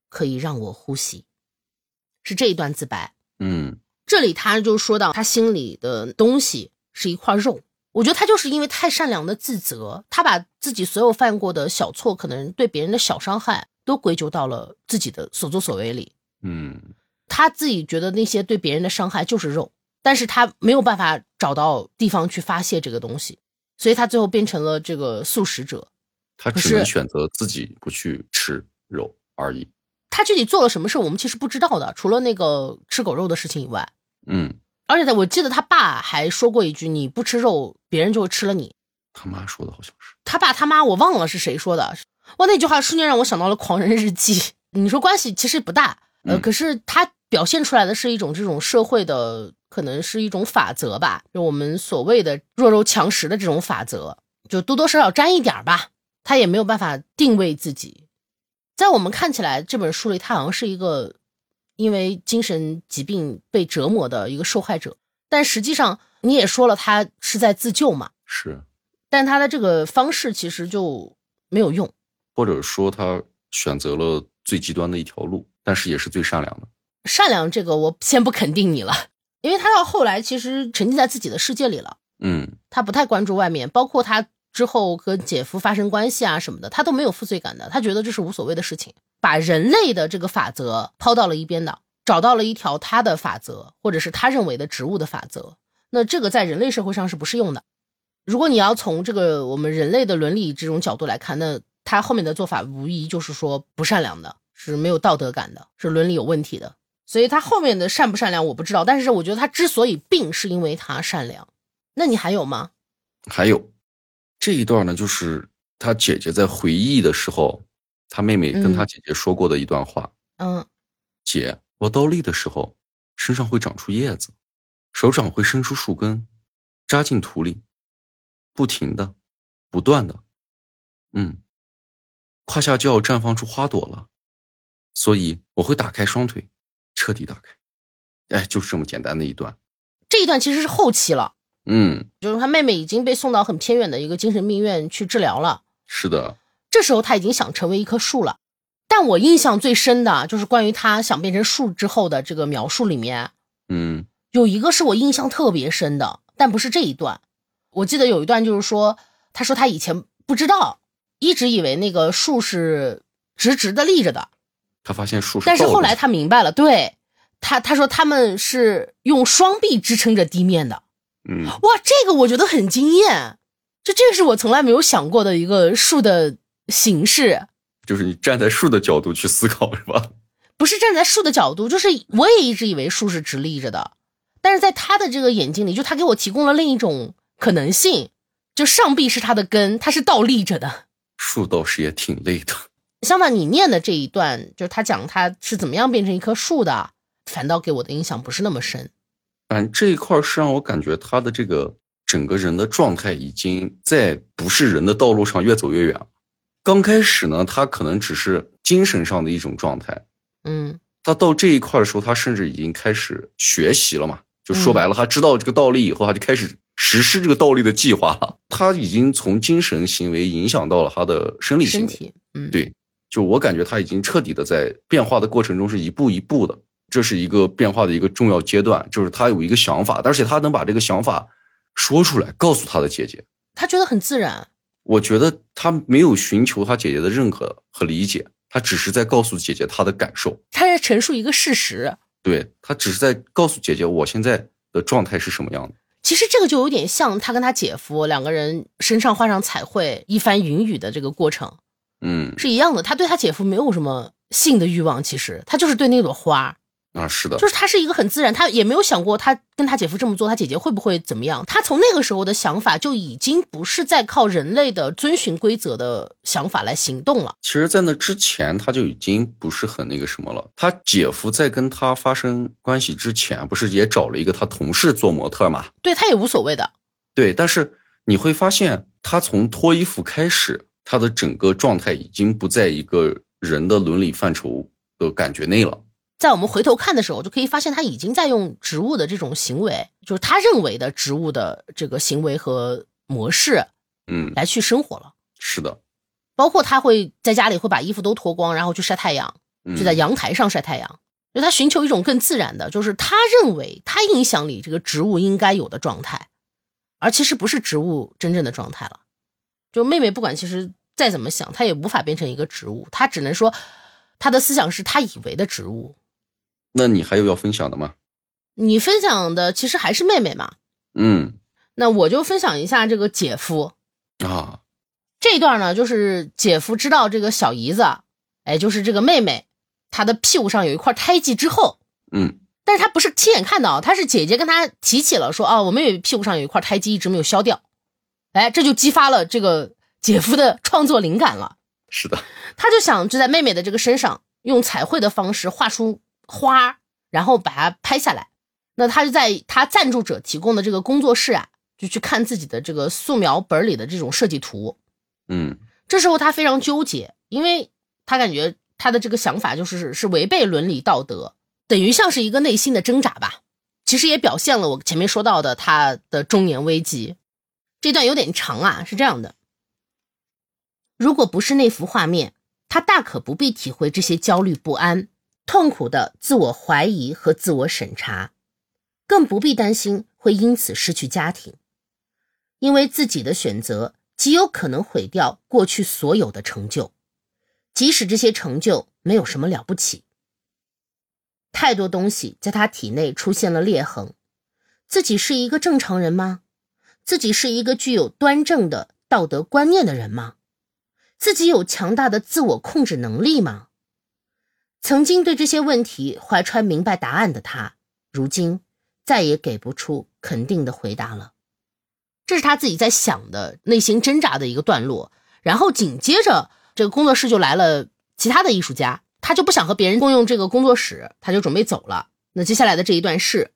Speaker 1: 可以让我呼吸。是这一段自白。
Speaker 2: 嗯
Speaker 1: 这里他就说到他心里的东西是一块肉，我觉得他就是因为太善良的自责，他把自己所有犯过的小错，可能对别人的小伤害，都归咎到了自己的所作所为里。
Speaker 2: 嗯
Speaker 1: 他自己觉得那些对别人的伤害就是肉，但是他没有办法找到地方去发泄这个东西，所以他最后变成了这个素食者。
Speaker 2: 他
Speaker 1: 可
Speaker 2: 只能
Speaker 1: 是
Speaker 2: 选择自己不去吃肉而已。
Speaker 1: 他具体做了什么事，我们其实不知道的，除了那个吃狗肉的事情以外。
Speaker 2: 嗯，
Speaker 1: 而且他我记得他爸还说过一句：“你不吃肉，别人就会吃了你。”
Speaker 2: 他妈说的好像是，
Speaker 1: 他爸他妈，我忘了是谁说的。哇，那句话瞬间让我想到了《狂人日记》。你说关系其实不大，呃，
Speaker 2: 嗯
Speaker 1: 可是他表现出来的是一种这种社会的，可能是一种法则吧，就我们所谓的弱肉强食的这种法则，就多多少少沾一点儿吧。他也没有办法定位自己，在我们看起来这本书里，他好像是一个因为精神疾病被折磨的一个受害者，但实际上你也说了，他是在自救嘛。
Speaker 2: 是
Speaker 1: 但他的这个方式其实就没有用。
Speaker 2: 或者说他选择了最极端的一条路，但是也是最善良的。
Speaker 1: 善良这个我先不肯定你了，因为他到后来其实沉浸在自己的世界里了，
Speaker 2: 嗯
Speaker 1: 他不太关注外面，包括他之后跟姐夫发生关系啊什么的，他都没有负罪感的，他觉得这是无所谓的事情，把人类的这个法则抛到了一边的，找到了一条他的法则，或者是他认为的植物的法则。那这个在人类社会上是不适用的。如果你要从这个我们人类的伦理这种角度来看，那他后面的做法无疑就是说不善良的，是没有道德感的，是伦理有问题的。所以他后面的善不善良我不知道，但是我觉得他之所以病，是因为他善良。那你还有吗？
Speaker 2: 还有这一段呢，就是他姐姐在回忆的时候，他妹妹跟他
Speaker 1: 嗯
Speaker 2: 姐姐说过的一段话。
Speaker 1: 嗯
Speaker 2: 姐，我倒立的时候，身上会长出叶子，手掌会伸出树根，扎进土里，不停的，不断的，嗯，胯下就要绽放出花朵了，所以我会打开双腿，彻底打开。哎，就是这么简单的一段。
Speaker 1: 这一段其实是后期了，
Speaker 2: 嗯，
Speaker 1: 就是他妹妹已经被送到很偏远的一个精神病院去治疗了。
Speaker 2: 是的，
Speaker 1: 这时候他已经想成为一棵树了。但我印象最深的就是关于他想变成树之后的这个描述里面，
Speaker 2: 嗯
Speaker 1: 有一个是我印象特别深的，但不是这一段。我记得有一段就是说，他说他以前不知道，一直以为那个树是直直的立着的，
Speaker 2: 他发现树是
Speaker 1: 但是
Speaker 2: 倒着
Speaker 1: 后来他明白了，对他他说他们是用双臂支撑着地面的。
Speaker 2: 嗯，
Speaker 1: 哇，这个我觉得很惊艳，就这个是我从来没有想过的一个树的形式。
Speaker 2: 就是你站在树的角度去思考，是吧？
Speaker 1: 不是站在树的角度，就是我也一直以为树是直立着的，但是在他的这个眼睛里，就他给我提供了另一种可能性，就上臂是他的根，它是倒立着的。
Speaker 2: 树倒是也挺累的。
Speaker 1: 相反，你念的这一段，就是他讲他是怎么样变成一棵树的，反倒给我的印象不是那么深。
Speaker 2: 反正这一块儿是让我感觉他的这个整个人的状态已经在不是人的道路上越走越远了。刚开始呢，他可能只是精神上的一种状态，
Speaker 1: 嗯
Speaker 2: 他到这一块儿的时候，他甚至已经开始学习了嘛。就说白了，
Speaker 1: 嗯
Speaker 2: 他知道这个道理以后，他就开始实施这个道理的计划了。他已经从精神行为影响到了他的生理
Speaker 1: 身
Speaker 2: 行为。
Speaker 1: 体，嗯，
Speaker 2: 对就我感觉他已经彻底的在变化的过程中是一步一步的，这是一个变化的一个重要阶段，就是他有一个想法，而且他能把这个想法说出来，告诉他的姐姐。
Speaker 1: 他觉得很自然。
Speaker 2: 我觉得他没有寻求他姐姐的认可和理解，他只是在告诉姐姐他的感受，
Speaker 1: 他在陈述一个事实，
Speaker 2: 对他只是在告诉姐姐我现在的状态是什么样的。
Speaker 1: 其实这个就有点像他跟他姐夫两个人身上画上彩绘、一番云雨的这个过程。
Speaker 2: 嗯，
Speaker 1: 是一样的。他对他姐夫没有什么性的欲望，其实他就是对那朵花，
Speaker 2: 啊，是的
Speaker 1: 就，是他是一个很自然，他也没有想过他跟他姐夫这么做，他姐姐会不会怎么样。他从那个时候的想法就已经不是在靠人类的遵循规则的想法来行动了。
Speaker 2: 其实，在那之前他就已经不是很那个什么了。他姐夫在跟他发生关系之前，不是也找了一个他同事做模特嘛？
Speaker 1: 对他也无所谓的，
Speaker 2: 对，但是你会发现，他从脱衣服开始，他的整个状态已经不在一个人的伦理范畴的感觉内了。
Speaker 1: 在我们回头看的时候，就可以发现他已经在用植物的这种行为，就是他认为的植物的这个行为和模式
Speaker 2: 嗯，
Speaker 1: 来去生活了。
Speaker 2: 是的，
Speaker 1: 包括他会在家里会把衣服都脱光，然后去晒太阳。
Speaker 2: 嗯
Speaker 1: 就在阳台上晒太阳。就他寻求一种更自然的，就是他认为他印象里这个植物应该有的状态，而其实不是植物真正的状态了。就妹妹不管其实再怎么想，她也无法变成一个植物，她只能说她的思想是她以为的植物。
Speaker 2: 那你还有要分享的吗？
Speaker 1: 你分享的其实还是妹妹嘛，
Speaker 2: 嗯
Speaker 1: 那我就分享一下这个姐夫
Speaker 2: 啊，
Speaker 1: 这一段呢，就是姐夫知道这个小姨子，哎，就是这个妹妹，她的屁股上有一块胎记之后，
Speaker 2: 嗯
Speaker 1: 但是他不是亲眼看到，他是姐姐跟他提起了说，哦，我妹妹屁股上有一块胎记，一直没有消掉，哎，这就激发了这个姐夫的创作灵感了。
Speaker 2: 是的，
Speaker 1: 他就想就在妹妹的这个身上用彩绘的方式画出花，然后把它拍下来。那他就在他赞助者提供的这个工作室啊，就去看自己的这个素描本里的这种设计图，
Speaker 2: 嗯
Speaker 1: 这时候他非常纠结，因为他感觉他的这个想法就是是违背伦理道德，等于像是一个内心的挣扎吧。其实也表现了我前面说到的他的中年危机。这段有点长啊，是这样的：如果不是那幅画面，他大可不必体会这些焦虑不安、痛苦的自我怀疑和自我审查，更不必担心会因此失去家庭。因为自己的选择极有可能毁掉过去所有的成就，即使这些成就没有什么了不起。太多东西在他体内出现了裂痕，自己是一个正常人吗？自己是一个具有端正的道德观念的人吗？自己有强大的自我控制能力吗？曾经对这些问题怀揣明白答案的他，如今再也给不出肯定的回答了。这是他自己在想的内心挣扎的一个段落。然后紧接着，这个工作室就来了其他的艺术家，他就不想和别人共用这个工作室，他就准备走了。那接下来的这一段是，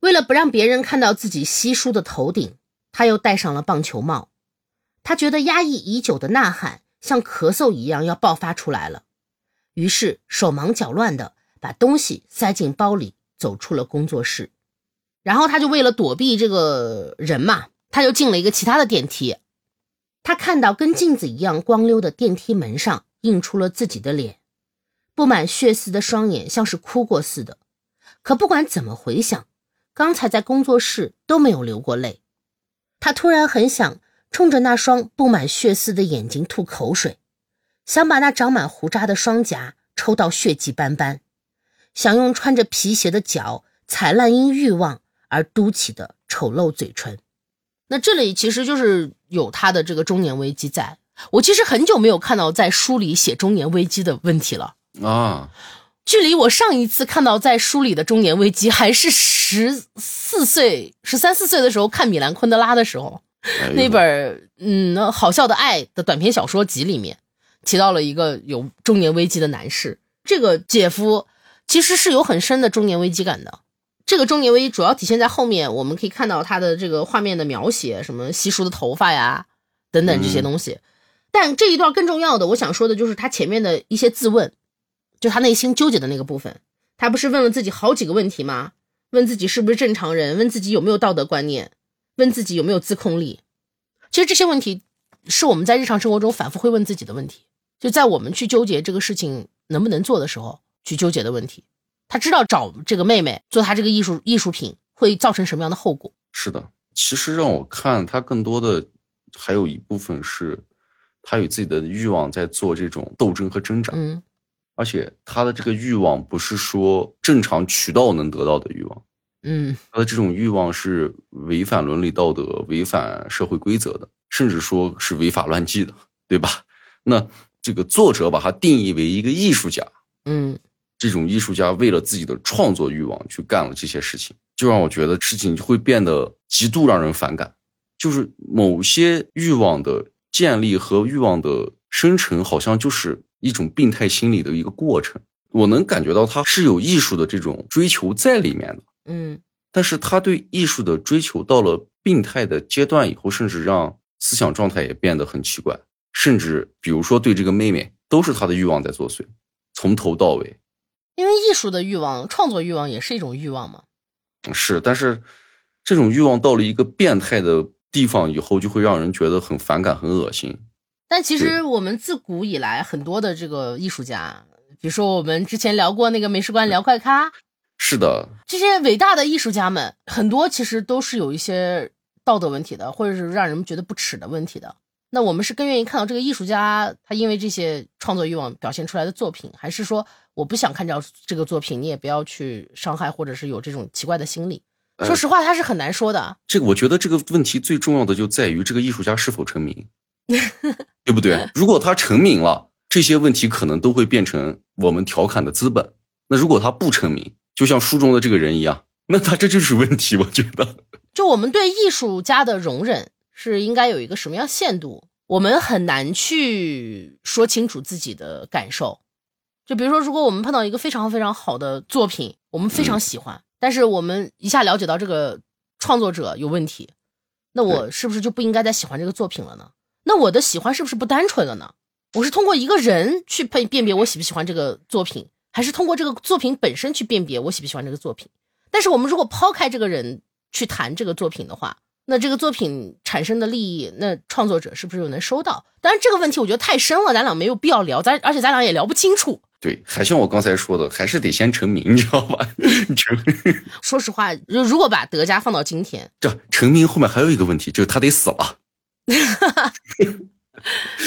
Speaker 1: 为了不让别人看到自己稀疏的头顶，他又戴上了棒球帽。他觉得压抑已久的呐喊像咳嗽一样要爆发出来了，于是手忙脚乱的把东西塞进包里，走出了工作室。然后他就为了躲避这个人嘛，他就进了一个其他的电梯。他看到跟镜子一样光溜的电梯门上映出了自己的脸，布满血丝的双眼像是哭过似的。可不管怎么回想，刚才在工作室都没有流过泪。他突然很想冲着那双布满血丝的眼睛吐口水，想把那长满胡渣的双颊抽到血迹斑斑，想用穿着皮鞋的脚踩烂因欲望而嘟起的丑陋嘴唇。那这里其实就是有他的这个中年危机在。我其实很久没有看到在书里写中年危机的问题了。
Speaker 2: 啊，
Speaker 1: 距离我上一次看到在书里的中年危机，还是十四岁、十三四岁的时候看米兰昆德拉的时候，
Speaker 2: 哎呦
Speaker 1: 那本儿嗯《好笑的爱》的短篇小说集里面提到了一个有中年危机的男士。这个姐夫其实是有很深的中年危机感的。这个中年危机主要体现在后面，我们可以看到他的这个画面的描写，什么稀疏的头发呀等等这些东西。但这一段更重要的，我想说的就是他前面的一些自问，就他内心纠结的那个部分。他不是问了自己好几个问题吗？问自己是不是正常人，问自己有没有道德观念，问自己有没有自控力。其实这些问题是我们在日常生活中反复会问自己的问题，就在我们去纠结这个事情能不能做的时候去纠结的问题。他知道找这个妹妹做他这个艺术艺术品会造成什么样的后果。
Speaker 2: 是的，其实让我看他更多的还有一部分是，他有自己的欲望在做这种斗争和挣扎，
Speaker 1: 嗯
Speaker 2: 而且他的这个欲望不是说正常渠道能得到的欲望，
Speaker 1: 嗯
Speaker 2: 他的这种欲望是违反伦理道德、违反社会规则的，甚至说是违法乱纪的，对吧？那这个作者把他定义为一个艺术家，
Speaker 1: 嗯
Speaker 2: 这种艺术家为了自己的创作欲望去干了这些事情，就让我觉得事情会变得极度让人反感。就是某些欲望的建立和欲望的生成，好像就是一种病态心理的一个过程。我能感觉到他是有艺术的这种追求在里面的，
Speaker 1: 嗯
Speaker 2: 但是他对艺术的追求到了病态的阶段以后，甚至让思想状态也变得很奇怪，甚至比如说对这个妹妹，都是他的欲望在作祟，从头到尾。
Speaker 1: 因为艺术的欲望、创作欲望也是一种欲望嘛。
Speaker 2: 嗯是，但是这种欲望到了一个变态的地方以后，就会让人觉得很反感、很恶心。
Speaker 1: 但其实
Speaker 2: 对
Speaker 1: 我们自古以来很多的这个艺术家，比如说我们之前聊过那个美术馆聊怪咖，
Speaker 2: 是的，
Speaker 1: 这些伟大的艺术家们，很多其实都是有一些道德问题的，或者是让人们觉得不耻的问题的。那我们是更愿意看到这个艺术家他因为这些创作欲望表现出来的作品，还是说我不想看到这个作品，你也不要去伤害，或者是有这种奇怪的心理？
Speaker 2: 呃
Speaker 1: 说实话，他是很难说的。
Speaker 2: 这个我觉得这个问题最重要的就在于这个艺术家是否成名，对不对？如果他成名了，这些问题可能都会变成我们调侃的资本。那如果他不成名，就像书中的这个人一样，那他这就是问题。我觉得，
Speaker 1: 就我们对艺术家的容忍是应该有一个什么样限度？我们很难去说清楚自己的感受。就比如说，如果我们碰到一个非常非常好的作品，我们非常喜欢，但是我们一下了解到这个创作者有问题，那我是不是就不应该再喜欢这个作品了呢？那我的喜欢是不是不单纯了呢？我是通过一个人去辨辨别我喜不喜欢这个作品，还是通过这个作品本身去辨别我喜不喜欢这个作品？但是我们如果抛开这个人去谈这个作品的话，那这个作品产生的利益，那创作者是不是又能收到？当然，这个问题我觉得太深了，咱俩没有必要聊，咱而且咱俩也聊不清楚。
Speaker 2: 对，还像我刚才说的，还是得先成名，你知道吧？ [LAUGHS] 成
Speaker 1: 说实话，如如果把德加放到今 [LAUGHS] 天，
Speaker 2: 这成名后面还有一个问题，就是他得死了。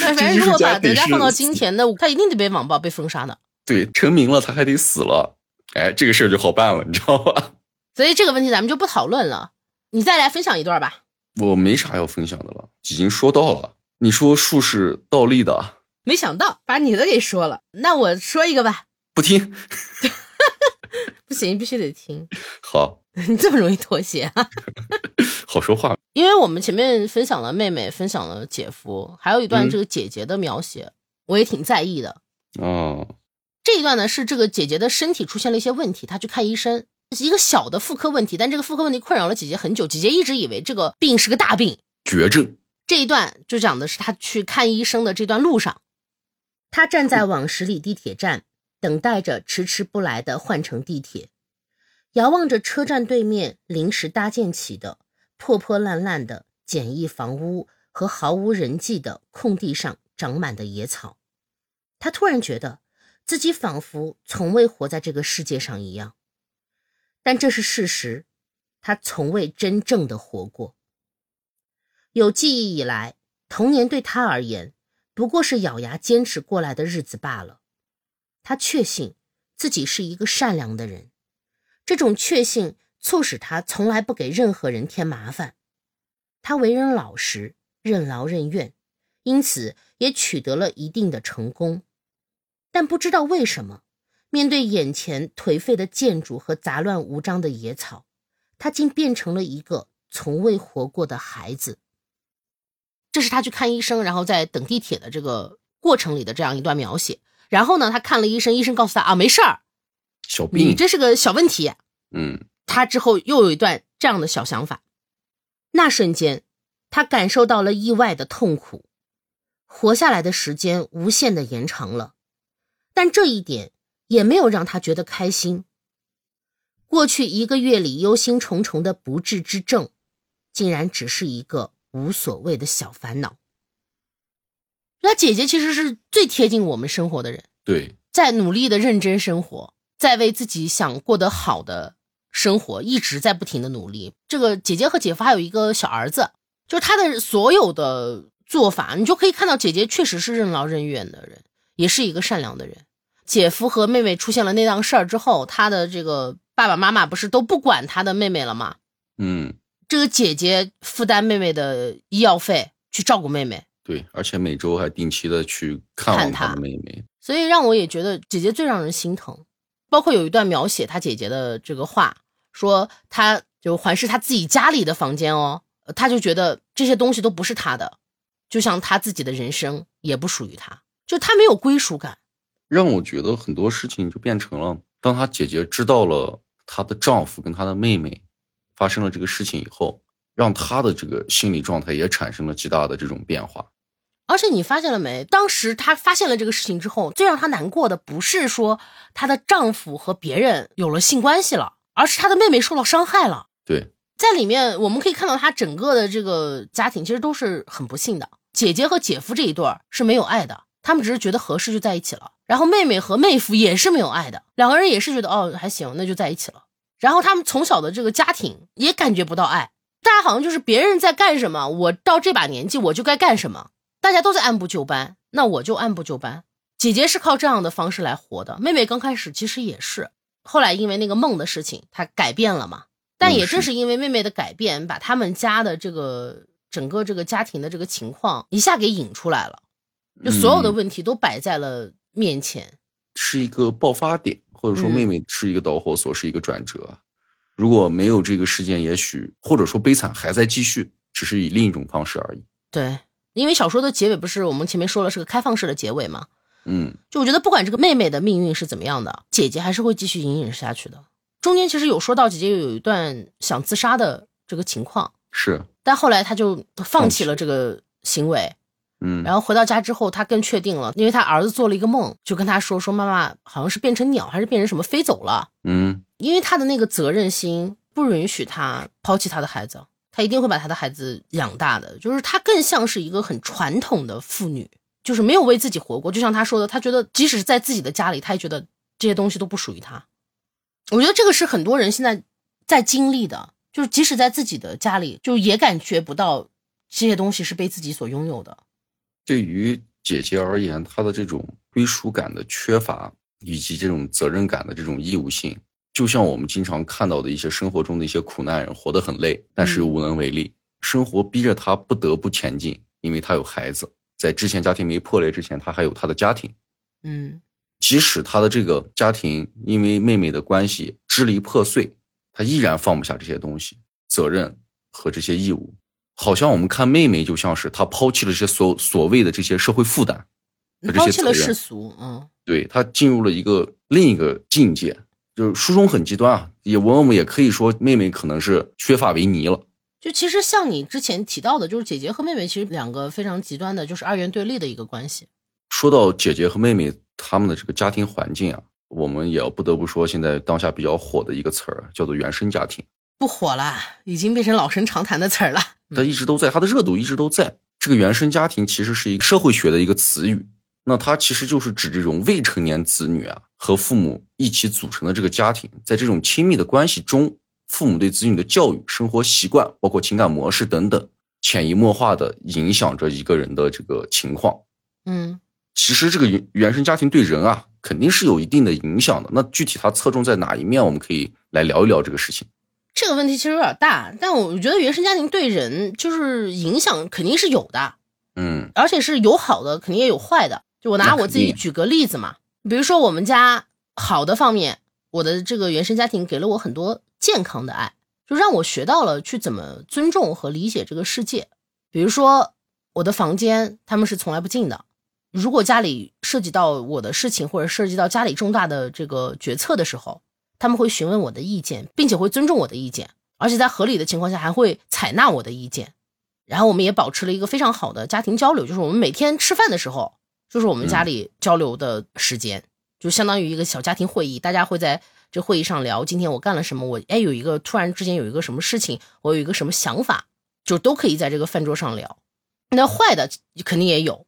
Speaker 1: 反正如果把德加放到今天，那他一定得被网暴、被封杀的。
Speaker 2: 对，成名了他还得死了，哎，这个事儿就好办了，你知道吧？ [LAUGHS]
Speaker 1: 所以这个问题咱们就不讨论了。你再来分享一段吧。
Speaker 2: 我没啥要分享的了，已经说到了。你说术是倒立的，
Speaker 1: 没想到把你的给说了，那我说一个吧。
Speaker 2: 不听
Speaker 1: 不行，必须得听。
Speaker 2: [LAUGHS]
Speaker 1: [LAUGHS]
Speaker 2: 好，
Speaker 1: 你这么容易妥协啊？
Speaker 2: 好说话。
Speaker 1: 因为我们前面分享了妹妹，分享了姐夫，还有一段
Speaker 2: 嗯
Speaker 1: 这个姐姐的描写，我也挺在意的。
Speaker 2: 哦，
Speaker 1: 这一段呢是这个姐姐的身体出现了一些问题，她去看医生，是一个小的妇科问题，但这个妇科问题困扰了姐姐很久，姐姐一直以为这个病是个大病。
Speaker 2: 绝症，
Speaker 1: 这一段就讲的是她去看医生的这段路上，他站在往十里地铁站，等待着迟迟不来的换乘地铁，遥望着车站对面临时搭建起的破破烂烂的简易房屋和毫无人迹的空地上长满的野草，他突然觉得自己仿佛从未活在这个世界上一样。但这是事实，他从未真正的活过。有记忆以来，童年对他而言不过是咬牙坚持过来的日子罢了。他确信自己是一个善良的人，这种确信促使他从来不给任何人添麻烦。他为人老实，任劳任怨，因此也取得了一定的成功。但不知道为什么，面对眼前颓废的建筑和杂乱无章的野草，他竟变成了一个从未活过的孩子。这是他去看医生，然后在等地铁的这个过程里的这样一段描写。然后呢，他看了医生，医生告诉他啊，没事儿，
Speaker 2: 小
Speaker 1: 你
Speaker 2: 病，
Speaker 1: 这是个小问题。
Speaker 2: 嗯，
Speaker 1: 他之后又有一段这样的小想法。那瞬间，他感受到了意外的痛苦，活下来的时间无限的延长了，但这一点也没有让他觉得开心。过去一个月里忧心忡忡的不治之症，竟然只是一个无所谓的小烦恼。那姐姐其实是最贴近我们生活的人。
Speaker 2: 对，
Speaker 1: 在努力的认真生活，在为自己想过得好的生活一直在不停的努力。这个姐姐和姐夫还有一个小儿子，就是他的所有的做法，你就可以看到姐姐确实是任劳任怨的人，也是一个善良的人。姐夫和妹妹出现了那档事儿之后，他的这个爸爸妈妈不是都不管他的妹妹了吗？
Speaker 2: 嗯，
Speaker 1: 这个姐姐负担妹妹的医药费，去照顾妹妹，
Speaker 2: 对，而且每周还定期的去看
Speaker 1: 看
Speaker 2: 望他
Speaker 1: 他
Speaker 2: 的妹妹，
Speaker 1: 所以让我也觉得姐姐最让人心疼。包括有一段描写她姐姐的这个话，说她就环视她自己家里的房间哦，呃她就觉得这些东西都不是她的，就像她自己的人生也不属于她，就她没有归属感。
Speaker 2: 让我觉得很多事情就变成了，当她姐姐知道了她的丈夫跟她的妹妹发生了这个事情以后，让她的这个心理状态也产生了极大的这种变化。
Speaker 1: 而且你发现了没？当时她发现了这个事情之后，最让她难过的不是说她的丈夫和别人有了性关系了，而是她的妹妹受到伤害了。
Speaker 2: 对，
Speaker 1: 在里面我们可以看到她整个的这个家庭其实都是很不幸的。姐姐和姐夫这一对儿是没有爱的，他们只是觉得合适就在一起了。然后妹妹和妹夫也是没有爱的，两个人也是觉得哦还行，那就在一起了。然后他们从小的这个家庭也感觉不到爱，大家好像就是别人在干什么，我到这把年纪我就该干什么，大家都在按部就班，那我就按部就班。姐姐是靠这样的方式来活的，妹妹刚开始其实也是，后来因为那个梦的事情，她改变了嘛。但也嗯正是因为妹妹的改变，把他们家的这个整个这个家庭的这个情况一下给引出来了，就所有的
Speaker 2: 嗯
Speaker 1: 问题都摆在了面前。
Speaker 2: 是一个爆发点，或者说
Speaker 1: 嗯
Speaker 2: 妹妹是一个导火索，是一个转折。如果没有这个事件，也许或者说悲惨还在继续，只是以另一种方式而已。
Speaker 1: 对，因为小说的结尾不是我们前面说了是个开放式的结尾嘛，
Speaker 2: 嗯，
Speaker 1: 就我觉得不管这个妹妹的命运是怎么样的，姐姐还是会继续隐忍下去的。中间其实有说到姐姐有一段想自杀的这个情况，
Speaker 2: 是，
Speaker 1: 但后来她就放
Speaker 2: 放
Speaker 1: 弃
Speaker 2: 弃
Speaker 1: 了这个行为。
Speaker 2: 嗯，
Speaker 1: 然后回到家之后，她更确定了，因为她儿子做了一个梦，就跟她说说妈妈好像是变成鸟还是变成什么飞走了，
Speaker 2: 嗯，
Speaker 1: 因为她的那个责任心不允许她抛弃她的孩子，她一定会把她的孩子养大的。就是她更像是一个很传统的妇女，就是没有为自己活过。就像她说的，她觉得即使是在自己的家里，她也觉得这些东西都不属于她。我觉得这个是很多人现在在经历的，就是即使在自己的家里，就也感觉不到这些东西是被自己所拥有的。
Speaker 2: 对于姐姐而言，她的这种归属感的缺乏，以及这种责任感的这种义务性，就像我们经常看到的一些生活中的一些苦难人，活得很累，
Speaker 1: 嗯
Speaker 2: 但是又无能为力，生活逼着她不得不前进，因为她有孩子，在之前家庭没破裂之前，她还有她的家庭。
Speaker 1: 嗯
Speaker 2: 即使她的这个家庭因为妹妹的关系支离破碎，她依然放不下这些东西、责任和这些义务。好像我们看妹妹，就像是她抛弃了这些所所谓的这些社会负担，和，这
Speaker 1: 抛
Speaker 2: 些
Speaker 1: 弃了
Speaker 2: 责任
Speaker 1: 世俗，嗯
Speaker 2: 对她进入了一个另一个境界。就是书中很极端啊，也我们也可以说妹妹可能是削发为尼了。
Speaker 1: 就其实像你之前提到的，就是姐姐和妹妹其实两个非常极端的，就是二元对立的一个关系。
Speaker 2: 说到姐姐和妹妹她们的这个家庭环境啊，我们也要不得不说，现在当下比较火的一个词儿啊叫做原生家庭，
Speaker 1: 不火了，已经变成老生常谈的词儿了。
Speaker 2: 它一直都在，它的热度一直都在。这个原生家庭其实是一个社会学的一个词语，那它其实就是指这种未成年子女啊和父母一起组成的这个家庭，在这种亲密的关系中，父母对子女的教育、生活习惯，包括情感模式等等，潜移默化的影响着一个人的这个情况。
Speaker 1: 嗯
Speaker 2: 其实这个原原生家庭对人啊，肯定是有一定的影响的。那具体它侧重在哪一面，我们可以来聊一聊这个事情。
Speaker 1: 这个问题其实有点大，但我觉得原生家庭对人就是影响肯定是有的，
Speaker 2: 嗯
Speaker 1: 而且是有好的，肯定也有坏的。就我
Speaker 2: 那
Speaker 1: 拿
Speaker 2: 肯
Speaker 1: 我自己
Speaker 2: 定啊
Speaker 1: 举个例子嘛，比如说我们家好的方面，我的这个原生家庭给了我很多健康的爱，就让我学到了去怎么尊重和理解这个世界。比如说我的房间他们是从来不进的，如果家里涉及到我的事情或者涉及到家里重大的这个决策的时候，他们会询问我的意见，并且会尊重我的意见，而且在合理的情况下还会采纳我的意见。然后我们也保持了一个非常好的家庭交流，就是我们每天吃饭的时候，就是我们家里交流的时间，就相当于一个小家庭会议，大家会在这会议上聊今天我干了什么，我哎有一个突然之间有一个什么事情，我有一个什么想法，就都可以在这个饭桌上聊。那坏的肯定也有，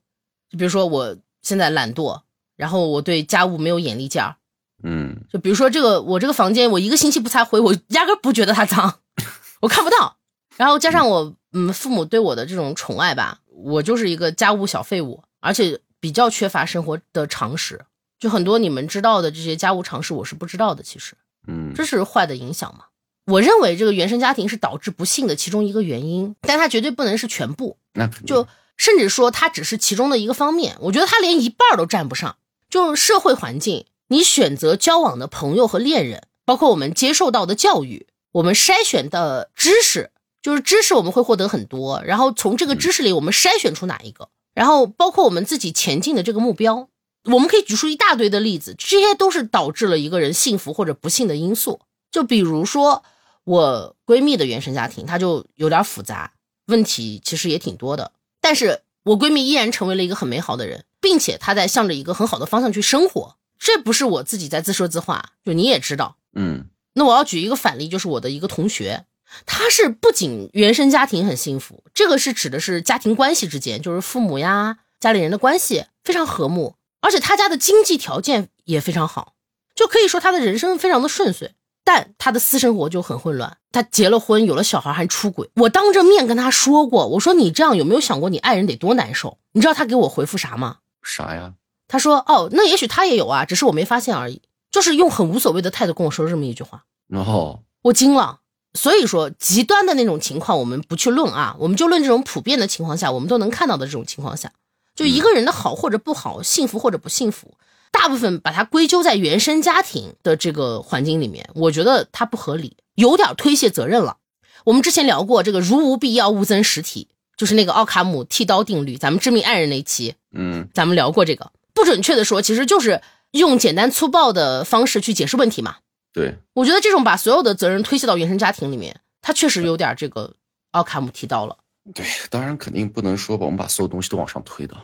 Speaker 1: 就比如说我现在懒惰，然后我对家务没有眼力劲儿，
Speaker 2: 嗯，
Speaker 1: 就比如说这个，我这个房间，我一个星期不擦灰，我压根儿不觉得它脏， [LAUGHS] 我看不到。然后加上我，嗯，父母对我的这种宠爱吧，我就是一个家务小废物，而且比较缺乏生活的常识，就很多你们知道的这些家务常识，我是不知道的。其实
Speaker 2: 嗯
Speaker 1: 这是坏的影响嘛？我认为这个原生家庭是导致不幸的其中一个原因，但它绝对不能是全部。
Speaker 2: 那肯定
Speaker 1: 就甚至说它只是其中的一个方面。我觉得它连一半儿都占不上。就社会环境，你选择交往的朋友和恋人，包括我们接受到的教育，我们筛选的知识，就是知识我们会获得很多，然后从这个知识里我们筛选出哪一个，然后包括我们自己前进的这个目标。我们可以举出一大堆的例子，这些都是导致了一个人幸福或者不幸的因素。就比如说我闺蜜的原生家庭，她就有点复杂，问题其实也挺多的。但是我闺蜜依然成为了一个很美好的人，并且她在向着一个很好的方向去生活。这不是我自己在自说自话，就你也知道。
Speaker 2: 嗯
Speaker 1: 那我要举一个反例，就是我的一个同学，他是不仅原生家庭很幸福，这个是指的是家庭关系之间，就是父母呀、家里人的关系非常和睦，而且他家的经济条件也非常好，就可以说他的人生非常的顺遂。但他的私生活就很混乱，他结了婚，有了小孩，还出轨。我当着面跟他说过，我说你这样有没有想过你爱人得多难受？你知道他给我回复啥吗？
Speaker 2: 啥呀？
Speaker 1: 他说哦，那也许他也有啊，只是我没发现而已。就是用很无所谓的态度跟我说这么一句话。
Speaker 2: 然后
Speaker 1: 我惊了。所以说，极端的那种情况，我们不去论啊，我们就论这种普遍的情况下，我们都能看到的这种情况下，就一个人的好或者不好，幸福或者不幸福，大部分把它归咎在原生家庭的这个环境里面，我觉得它不合理，有点推卸责任了。我们之前聊过这个“如无必要，勿增实体”，就是那个奥卡姆剃刀定律，咱们致命爱人那期，
Speaker 2: 嗯
Speaker 1: 咱们聊过这个。不准确的说，其实就是用简单粗暴的方式去解释问题嘛。
Speaker 2: 对，
Speaker 1: 我觉得这种把所有的责任推卸到原生家庭里面，他确实有点这个奥卡姆提到了。
Speaker 2: 对，当然肯定不能说把我们把所有东西都往上推的。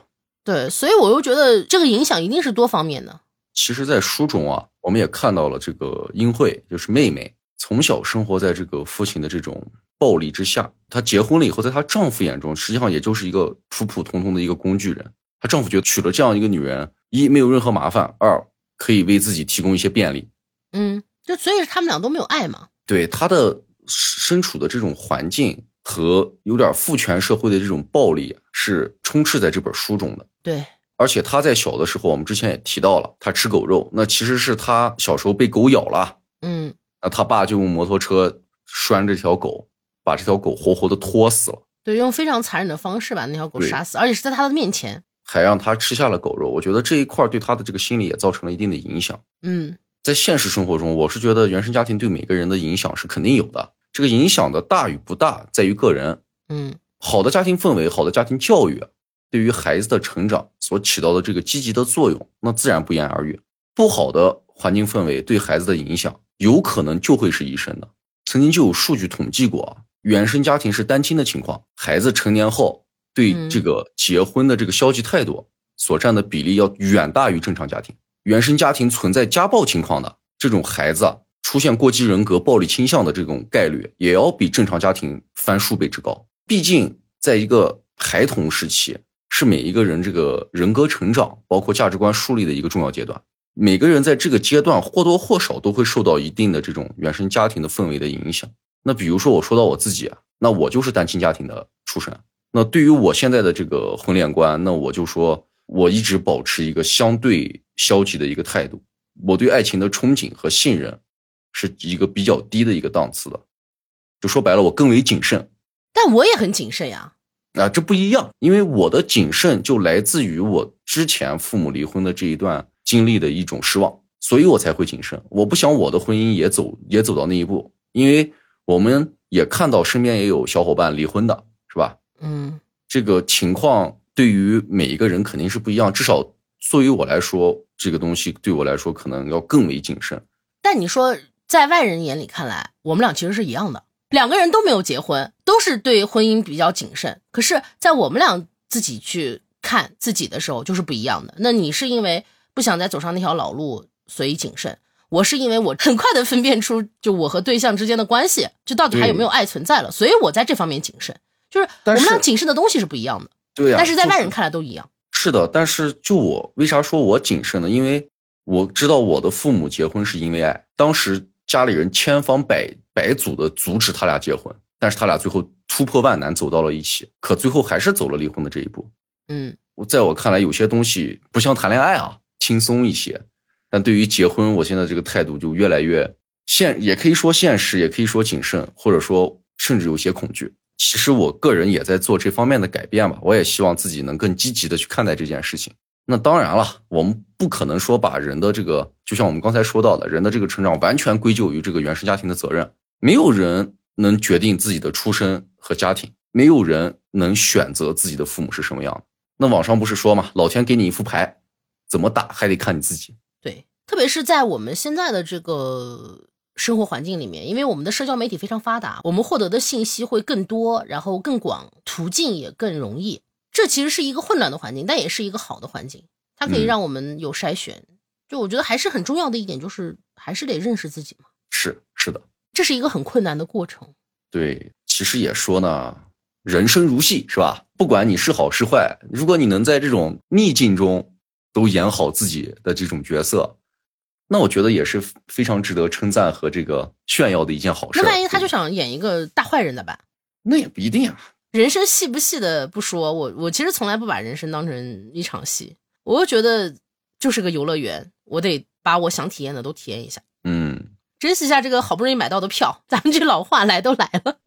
Speaker 1: 对，所以我又觉得这个影响一定是多方面的。
Speaker 2: 其实，在书中啊，我们也看到了这个英惠，就是妹妹，从小生活在这个父亲的这种暴力之下。她结婚了以后，在她丈夫眼中，实际上也就是一个普普通通的一个工具人。她丈夫觉得娶了这样一个女人，一没有任何麻烦，二可以为自己提供一些便利。
Speaker 1: 嗯，就所以他们俩都没有爱嘛。
Speaker 2: 对她的身处的这种环境和有点父权社会的这种暴力，是充斥在这本书中的。
Speaker 1: 对，
Speaker 2: 而且他在小的时候，我们之前也提到了，他吃狗肉，那其实是他小时候被狗咬了，
Speaker 1: 嗯，
Speaker 2: 那他爸就用摩托车拴这条狗，把这条狗活活的拖死了，
Speaker 1: 对，用非常残忍的方式把那条狗
Speaker 2: 对
Speaker 1: 杀死，而且是在他的面前。
Speaker 2: 还让他吃下了狗肉。我觉得这一块对他的这个心理也造成了一定的影响。
Speaker 1: 嗯，
Speaker 2: 在现实生活中，我是觉得原生家庭对每个人的影响是肯定有的，这个影响的大与不大在于个人。
Speaker 1: 嗯，
Speaker 2: 好的家庭氛围、好的家庭教育，啊对于孩子的成长所起到的这个积极的作用，那自然不言而喻。不好的环境氛围对孩子的影响，有可能就会是一生的。曾经就有数据统计过啊，原生家庭是单亲的情况，孩子成年后对
Speaker 1: 嗯
Speaker 2: 这个结婚的这个消极态度所占的比例要远大于正常家庭。原生家庭存在家暴情况的这种孩子啊，出现过激人格、暴力倾向的这种概率，也要比正常家庭翻数倍之高。毕竟，在一个孩童时期，是每一个人这个人格成长，包括价值观树立的一个重要阶段。每个人在这个阶段或多或少都会受到一定的这种原生家庭的氛围的影响。那比如说，我说到我自己啊，那我就是单亲家庭的出身。那对于我现在的这个婚恋观，那我就说，我一直保持一个相对消极的一个态度。我对爱情的憧憬和信任，是一个比较低的一个档次的。就说白了，我更为谨慎
Speaker 1: 但我也很谨慎呀。
Speaker 2: 啊，这不一样，因为我的谨慎就来自于我之前父母离婚的这一段经历的一种失望，所以我才会谨慎。我不想我的婚姻也走也走到那一步，因为我们也看到身边也有小伙伴离婚的，是吧？
Speaker 1: 嗯，
Speaker 2: 这个情况对于每一个人肯定是不一样，至少作为我来说，这个东西对我来说可能要更为谨慎。
Speaker 1: 但你说在外人眼里看来，我们俩其实是一样的，两个人都没有结婚，都是对婚姻比较谨慎。可是，在我们俩自己去看自己的时候，就是不一样的。那你是因为不想再走上那条老路，所以谨慎；我是因为我很快的分辨出，就我和对象之间的关系，就到底还有没有爱存在了，所以我在这方面谨慎。就是我
Speaker 2: 但
Speaker 1: 们
Speaker 2: 是
Speaker 1: 俩谨慎的东西是不一样的，
Speaker 2: 对呀、啊
Speaker 1: 但是在
Speaker 2: 就
Speaker 1: 外人看来都一样。
Speaker 2: 是的，但是就我为啥说我谨慎呢？因为我知道我的父母结婚是因为爱，当时家里人千方百百阻的阻止他俩结婚，但是他俩最后突破万难走到了一起，可最后还是走了离婚的这一步。
Speaker 1: 嗯，
Speaker 2: 我在我看来，有些东西不像谈恋爱啊，轻松一些。但对于结婚，我现在这个态度就越来越现，也可以说现实，也可以说谨慎，或者说甚至有些恐惧。其实我个人也在做这方面的改变吧，我也希望自己能更积极的去看待这件事情。那当然了，我们不可能说把人的这个，就像我们刚才说到的，人的这个成长完全归咎于这个原生家庭的责任。没有人能决定自己的出身和家庭，没有人能选择自己的父母是什么样的。那网上不是说嘛，老天给你一副牌，怎么打还得看你自己。
Speaker 1: 对，特别是在我们现在的这个生活环境里面，因为我们的社交媒体非常发达，我们获得的信息会更多，然后更广，途径也更容易。这其实是一个混乱的环境，但也是一个好的环境，它可以
Speaker 2: 嗯
Speaker 1: 让我们有筛选。就我觉得还是很重要的一点，就是还是得认识自己嘛，
Speaker 2: 是是的，
Speaker 1: 这是一个很困难的过程。
Speaker 2: 对，其实也说呢，人生如戏是吧？不管你是好是坏，如果你能在这种逆境中都演好自己的这种角色，那我觉得也是非常值得称赞和这个炫耀的一件好事。
Speaker 1: 那万一他
Speaker 2: 对
Speaker 1: 就想演一个大坏人咋办？
Speaker 2: 那也不一定啊。
Speaker 1: 人生戏不戏的不说，我我其实从来不把人生当成一场戏，我就觉得就是个游乐园，我得把我想体验的都体验一下，
Speaker 2: 嗯，
Speaker 1: 珍惜一下这个好不容易买到的票。咱们这老话来都来了。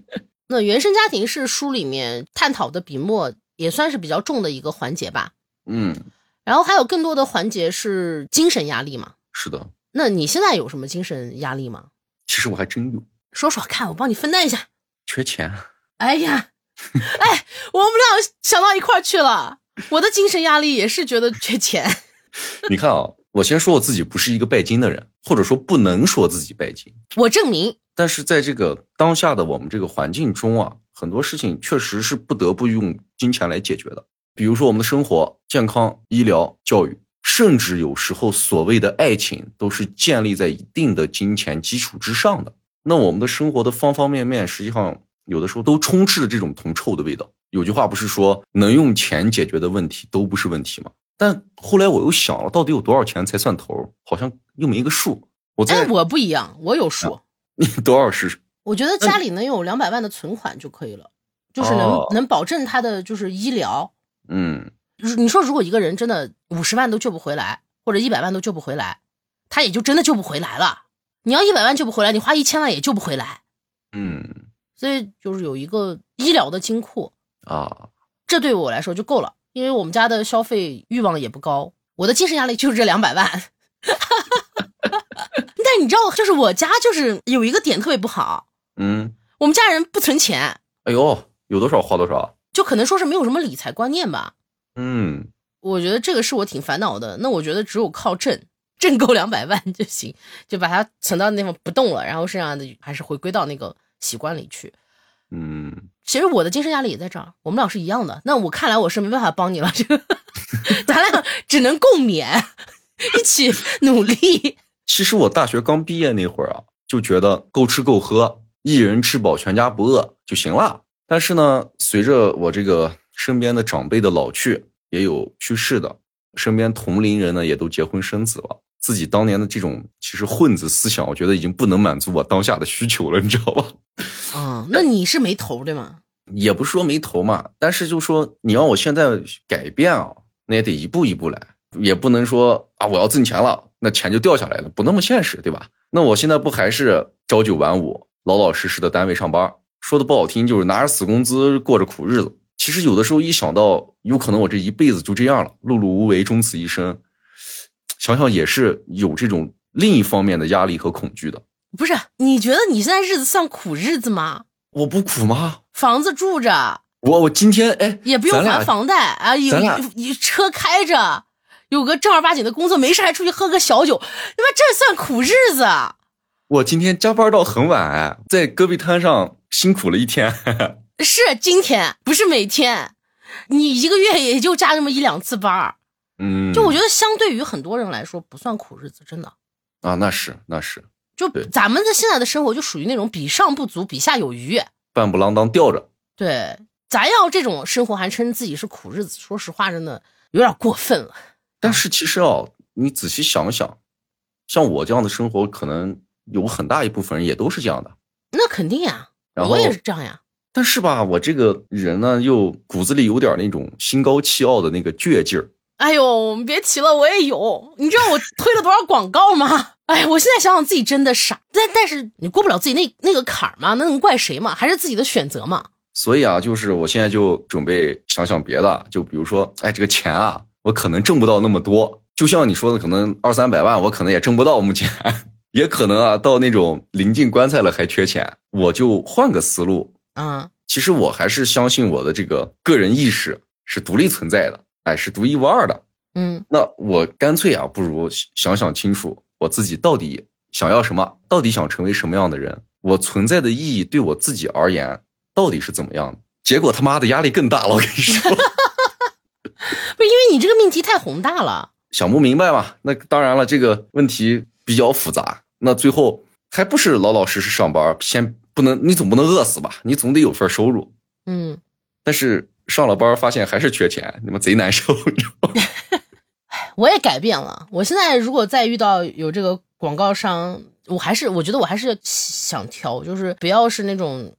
Speaker 1: [LAUGHS] 那原生家庭是书里面探讨的笔墨也算是比较重的一个环节吧，
Speaker 2: 嗯，
Speaker 1: 然后还有更多的环节是精神压力嘛。
Speaker 2: 是的，
Speaker 1: 那你现在有什么精神压力吗？
Speaker 2: 其实我还真有
Speaker 1: 说说看，我帮你分担一下。
Speaker 2: 缺钱。啊
Speaker 1: 哎呀，哎，我们俩想到一块儿去了。我的精神压力也是觉得缺钱，
Speaker 2: [LAUGHS] 你看啊，我先说我自己不是一个拜金的人，或者说不能说自己拜金。
Speaker 1: 我证明
Speaker 2: 但是在这个当下的我们这个环境中啊，很多事情确实是不得不用金钱来解决的，比如说我们的生活、健康、医疗、教育，甚至有时候所谓的爱情都是建立在一定的金钱基础之上的。那我们的生活的方方面面，实际上有的时候都充斥着这种铜臭的味道。有句话不是说能用钱解决的问题都不是问题吗？但后来我又想了，到底有多少钱才算头儿？好像又没一个数。我在、
Speaker 1: 哎，我不一样，我有数。
Speaker 2: 你 [LAUGHS] 多少是
Speaker 1: 我觉得家里能有两百万的存款就可以了，就是能、
Speaker 2: 哦
Speaker 1: 能保证他的就是医疗。
Speaker 2: 嗯。
Speaker 1: 如你说如果一个人真的五十万都救不回来，或者一百万都救不回来，他也就真的救不回来了。你要一百万救不回来，你花一千万也救不回来。
Speaker 2: 嗯
Speaker 1: 所以就是有一个医疗的金库，
Speaker 2: 啊，
Speaker 1: 这对我来说就够了，因为我们家的消费欲望也不高，我的精神压力就是这两百万。 [LAUGHS] 但你知道，就是我家就是有一个点特别不好，
Speaker 2: 嗯，
Speaker 1: 我们家人不存钱，
Speaker 2: 哎呦，有多少花多少，
Speaker 1: 就可能说是没有什么理财观念吧。
Speaker 2: 嗯，
Speaker 1: 我觉得这个是我挺烦恼的。那我觉得只有靠挣，挣够两百万就行，就把它存到那地方不动了，然后剩下的还是回归到那个习惯里去。
Speaker 2: 嗯，
Speaker 1: 其实我的精神压力也在这儿，我们俩是一样的。那我看来我是没办法帮你了，这个 [LAUGHS] 咱俩只能共勉， [LAUGHS] 一起努力。
Speaker 2: 其实我大学刚毕业那会儿啊，就觉得够吃够喝，一人吃饱全家不饿就行了。但是呢，随着我这个身边的长辈的老去，也有去世的，身边同龄人呢也都结婚生子了，自己当年的这种其实混子思想，我觉得已经不能满足我当下的需求了，你知道吧？
Speaker 1: 嗯，那你是没头对吗？
Speaker 2: 也不是说没头嘛，但是就说你让我现在改变啊，那也得一步一步来，也不能说啊我要挣钱了，那钱就掉下来了，不那么现实，对吧？那我现在不还是朝九晚五，老老实实的单位上班？说的不好听，就是拿着死工资过着苦日子。其实有的时候一想到有可能我这一辈子就这样了，碌碌无为，终此一生，想想也是有这种另一方面的压力和恐惧的。
Speaker 1: 不是，你觉得你现在日子算苦日子吗？
Speaker 2: 我不苦吗？
Speaker 1: 房子住着，
Speaker 2: 我我今天哎，
Speaker 1: 也不用
Speaker 2: 咱俩
Speaker 1: 还房贷啊，有
Speaker 2: 咱俩
Speaker 1: 有有车开着，有个正儿八经的工作，没事还出去喝个小酒，他妈这算苦日子？
Speaker 2: 我今天加班到很晚，哎，在戈壁滩上辛苦了一天。 [LAUGHS]
Speaker 1: 是今天，不是每天。你一个月也就加这么一两次班儿，
Speaker 2: 嗯，
Speaker 1: 就我觉得相对于很多人来说不算苦日子，真的。
Speaker 2: 得啊，那是那是
Speaker 1: 就
Speaker 2: 对
Speaker 1: 咱们的现在的生活就属于那种比上不足，比下有余。
Speaker 2: 半不啷当吊着。
Speaker 1: 对，咱要这种生活还称自己是苦日子，说实话真的有点过分了。
Speaker 2: 但是其实哦，你仔细想想，像我这样的生活，可能有很大一部分人也都是这样的。
Speaker 1: 那肯定呀，
Speaker 2: 然后
Speaker 1: 我也是这样呀。
Speaker 2: 但是吧，我这个人呢，又骨子里有点那种心高气傲的那个倔劲儿。
Speaker 1: 哎呦，别提了，我也有。你知道我推了多少广告吗？ [LAUGHS] 哎，我现在想想自己真的傻，但但是你过不了自己那那个坎儿嘛，那能怪谁嘛？还是自己的选择嘛。
Speaker 2: 所以啊，就是我现在就准备想想别的，就比如说，哎，这个钱啊，我可能挣不到那么多，就像你说的，可能二三百万，我可能也挣不到，目前也可能啊，到那种临近棺材了还缺钱，我就换个思路。
Speaker 1: 嗯，
Speaker 2: 其实我还是相信我的这个个人意识是独立存在的，哎，是独一无二的。
Speaker 1: 嗯，
Speaker 2: 那我干脆啊，不如想想清楚我自己到底想要什么，到底想成为什么样的人，我存在的意义对我自己而言到底是怎么样的。结果他妈的压力更大了，我跟你
Speaker 1: [LAUGHS]
Speaker 2: 说，
Speaker 1: 不是因为你这个命题太宏大了。
Speaker 2: 想不明白嘛。那当然了，这个问题比较复杂，那最后还不是老老实实上班，先不能你总不能饿死吧，你总得有份收入。
Speaker 1: 嗯，
Speaker 2: 但是上了班发现还是缺钱，你们贼难受，你知道吗？ [LAUGHS]
Speaker 1: 我也改变了。我现在如果再遇到有这个广告商，我还是我觉得我还是想挑，就是不要是那种，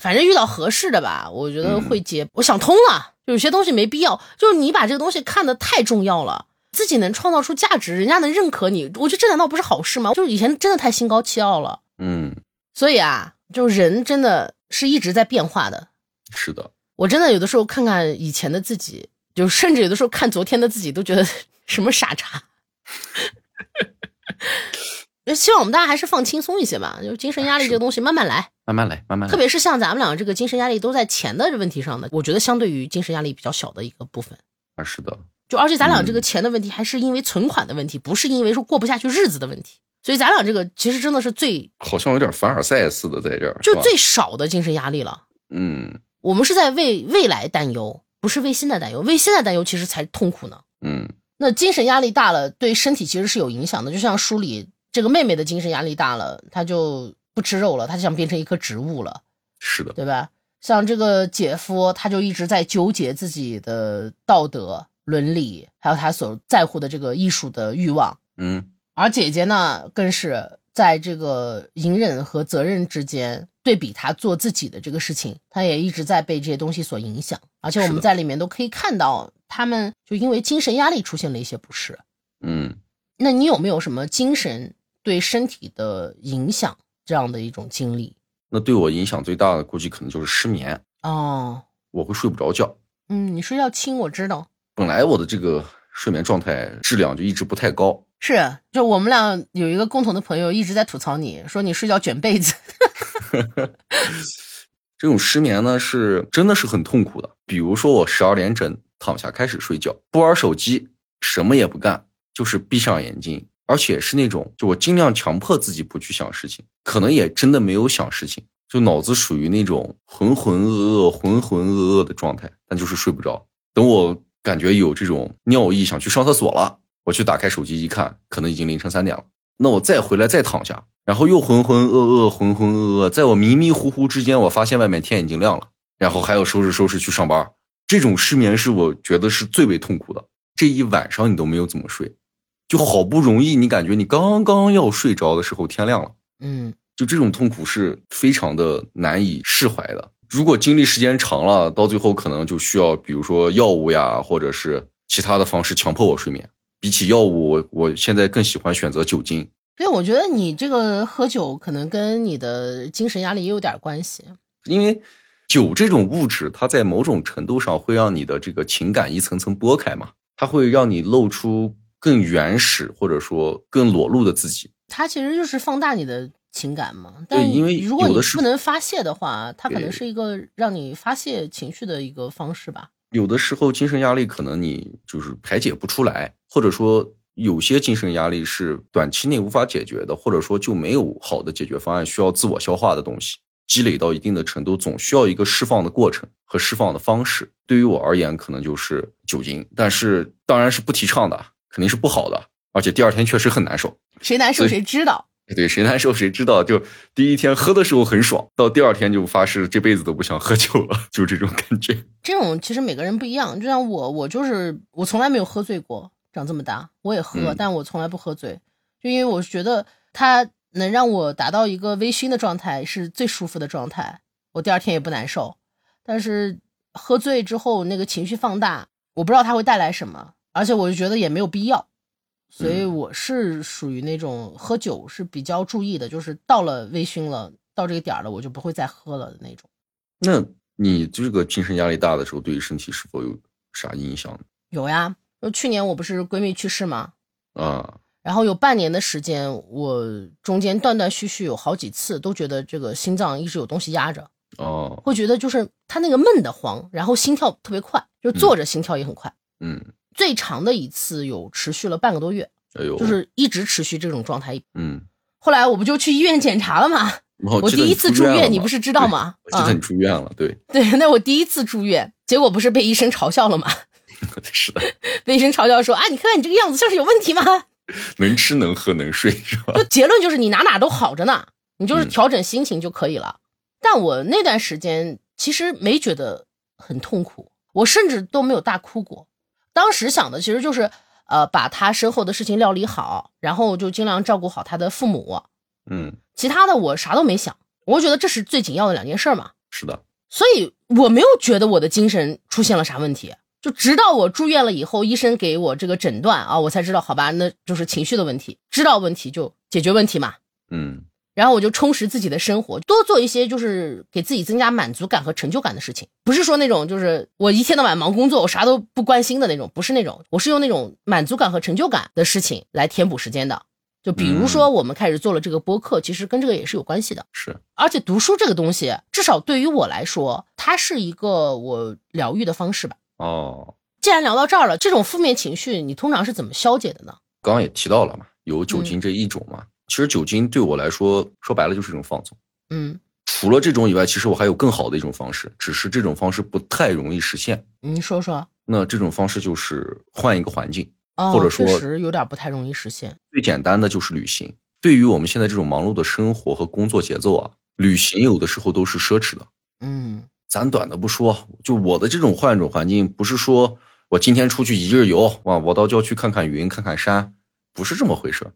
Speaker 1: 反正遇到合适的吧，我觉得会接。我想通了，有些东西没必要，就是你把这个东西看得太重要了。自己能创造出价值，人家能认可你，我觉得这难道不是好事吗？就是以前真的太心高气傲了，
Speaker 2: 嗯，
Speaker 1: 所以啊，就人真的是一直在变化的。
Speaker 2: 是的，
Speaker 1: 我真的有的时候看看以前的自己，就甚至有的时候看昨天的自己，都觉得 [LAUGHS] 什么傻叉。那希望我们大家还是放轻松一些吧，就是精神压
Speaker 2: 啊
Speaker 1: 力这个东西慢慢来，
Speaker 2: 慢慢来，慢慢
Speaker 1: 特。别是像咱们俩这个精神压力都在钱的问题上的，我觉得相对于精神压力比较小的一个部分。
Speaker 2: 啊，是的，
Speaker 1: 就而且咱俩这个
Speaker 2: 嗯
Speaker 1: 钱的问题，还是因为存款的问题，不是因为说过不下去日子的问题。所以咱俩这个其实真的是最
Speaker 2: 好像有点凡尔赛似的，在这儿是
Speaker 1: 就
Speaker 2: 吧
Speaker 1: 最少的精神压力了。
Speaker 2: 嗯
Speaker 1: 我们是在为未来担忧，不是为现在担忧。为现在担忧其实才痛苦呢。
Speaker 2: 嗯
Speaker 1: 那精神压力大了，对身体其实是有影响的。就像书里这个妹妹的精神压力大了，她就不吃肉了，她就想变成一棵植物了，
Speaker 2: 是的，
Speaker 1: 对吧？像这个姐夫，他就一直在纠结自己的道德、伦理，还有他所在乎的这个艺术的欲望。
Speaker 2: 嗯
Speaker 1: 而姐姐呢，更是在这个隐忍和责任之间对比她做自己的这个事情，她也一直在被这些东西所影响。而且我
Speaker 2: 是
Speaker 1: 们
Speaker 2: 的
Speaker 1: 在里面都可以看到，他们就因为精神压力出现了一些不适。
Speaker 2: 嗯，
Speaker 1: 那你有没有什么精神对身体的影响这样的一种经历？
Speaker 2: 那对我影响最大的估计可能就是失眠，
Speaker 1: 哦，
Speaker 2: 我会睡不着觉。
Speaker 1: 嗯，你睡觉轻，我知道。
Speaker 2: 本来我的这个睡眠状态质量就一直不太高，
Speaker 1: 是，就我们俩有一个共同的朋友一直在吐槽你，说你睡觉卷被子。
Speaker 2: 这种失眠呢是真的是很痛苦的。比如说我十二点整躺下开始睡觉，不玩手机，什么也不干，就是闭上眼睛，而且是那种就我尽量强迫自己不去想事情，可能也真的没有想事情，就脑子属于那种浑浑噩噩、浑浑噩噩的状态，但就是睡不着。等我感觉有这种尿意，想去上厕所了，我去打开手机一看，可能已经凌晨三点了。那我再回来再躺下，然后又浑浑噩噩、浑浑噩噩，在我迷迷糊糊之间，我发现外面天已经亮了，然后还要收拾收拾去上班。这种失眠是我觉得是最为痛苦的，这一晚上你都没有怎么睡，就好不容易你感觉你刚刚要睡着的时候，天亮了。
Speaker 1: [LAUGHS] 嗯，
Speaker 2: 就这种痛苦是非常的难以释怀的。如果经历时间长了，到最后可能就需要，比如说药物呀，或者是其他的方式强迫我睡眠。比起药物，我我现在更喜欢选择酒精。
Speaker 1: 所以我觉得你这个喝酒可能跟你的精神压力也有点关系。
Speaker 2: 因为酒这种物质，它在某种程度上会让你的这个情感一层层剥开嘛，它会让你露出更原始或者说更裸露的自己。
Speaker 1: 它其实就是放大你的情感嘛。但
Speaker 2: 因为
Speaker 1: 如果
Speaker 2: 有
Speaker 1: 你
Speaker 2: 的时
Speaker 1: 不能发泄的话，它可能
Speaker 2: 对
Speaker 1: 是一个让你发泄情绪的一个方式吧。
Speaker 2: 有的时候精神压力可能你就是排解不出来，或者说有些精神压力是短期内无法解决的，或者说就没有好的解决方案，需要自我消化的东西。积累到一定的程度，总需要一个释放的过程和释放的方式。对于我而言，可能就是酒精，但是当然是不提倡的，肯定是不好的，而且第二天确实很难受。
Speaker 1: 谁难受
Speaker 2: 对
Speaker 1: 谁知道。
Speaker 2: 对，谁难受谁知道。就第一天喝的时候很爽，到第二天就发誓这辈子都不想喝酒了，就这种感觉。
Speaker 1: 这种其实每个人不一样，就像我，我就是我从来没有喝醉过，长这么大我也喝，
Speaker 2: 嗯
Speaker 1: 但我从来不喝醉，就因为我觉得它能让我达到一个微醺的状态是最舒服的状态，我第二天也不难受。但是喝醉之后那个情绪放大，我不知道它会带来什么，而且我就觉得也没有必要，所以我是属于那种喝酒是比较注意的，就是到了微醺了，到这个点儿了，我就不会再喝了的那种。
Speaker 2: 那你这个精神压力大的时候，对于身体是否有啥影响呢
Speaker 1: 有呀，就去年我不是闺蜜去世嘛，
Speaker 2: 啊？
Speaker 1: 然后有半年的时间，我中间断断续续有好几次都觉得这个心脏一直有东西压着，
Speaker 2: 哦，
Speaker 1: 会觉得就是它那个闷得慌，然后心跳特别快，就坐着心跳也很快。
Speaker 2: 嗯，
Speaker 1: 最长的一次有持续了半个多月，
Speaker 2: 哎呦，
Speaker 1: 就是一直持续这种状态。
Speaker 2: 嗯，
Speaker 1: 后来我不就去医院检查了吗？
Speaker 2: 然后
Speaker 1: 我
Speaker 2: 记得
Speaker 1: 第一次住
Speaker 2: 了
Speaker 1: 哦院，你
Speaker 2: 嘛
Speaker 1: 不是知道吗？
Speaker 2: 我记
Speaker 1: 啊
Speaker 2: 得，你住院了，对， [LAUGHS]
Speaker 1: 对，那我第一次住院，结果不是被医生嘲笑了吗？
Speaker 2: 是的，
Speaker 1: [LAUGHS] 被医生嘲笑说啊，你看看你这个样子像是有问题吗？
Speaker 2: 能吃能喝能睡是吧？
Speaker 1: 就结论就是你哪哪都好着呢，你就是
Speaker 2: 嗯
Speaker 1: 调整心情就可以了。但我那段时间其实没觉得很痛苦，我甚至都没有大哭过。当时想的其实就是，呃，把他身后的事情料理好，然后就尽量照顾好他的父母，
Speaker 2: 嗯，
Speaker 1: 其他的我啥都没想。我觉得这是最紧要的两件事儿嘛，
Speaker 2: 是的，
Speaker 1: 所以我没有觉得我的精神出现了啥问题。就直到我住院了以后，医生给我这个诊断啊，我才知道，好吧，那就是情绪的问题，知道问题就解决问题嘛。
Speaker 2: 嗯
Speaker 1: 然后我就充实自己的生活，多做一些就是给自己增加满足感和成就感的事情，不是说那种就是我一天到晚忙工作，我啥都不关心的那种，不是那种，我是用那种满足感和成就感的事情来填补时间的。就比如
Speaker 2: 嗯
Speaker 1: 说我们开始做了这个播客，其实跟这个也是有关系的。
Speaker 2: 是，
Speaker 1: 而且读书这个东西，至少对于我来说，它是一个我疗愈的方式吧。
Speaker 2: 哦，
Speaker 1: 既然聊到这儿了，这种负面情绪你通常是怎么消解的呢？
Speaker 2: 刚刚也提到了嘛，有
Speaker 1: 嗯
Speaker 2: 酒精这一种嘛，其实酒精对我来说，说白了就是一种放松。
Speaker 1: 嗯，
Speaker 2: 除了这种以外，其实我还有更好的一种方式，只是这种方式不太容易实现。
Speaker 1: 你说说。
Speaker 2: 那这种方式就是换一个环境，
Speaker 1: 哦，
Speaker 2: 或者说
Speaker 1: 确实有点不太容易实现。
Speaker 2: 最简单的就是旅行。对于我们现在这种忙碌的生活和工作节奏啊，旅行有的时候都是奢侈的。
Speaker 1: 嗯
Speaker 2: 咱短的不说，就我的这种换一种环境，不是说我今天出去一日游，哇，我到郊区看看云，看看山，不是这么回事儿。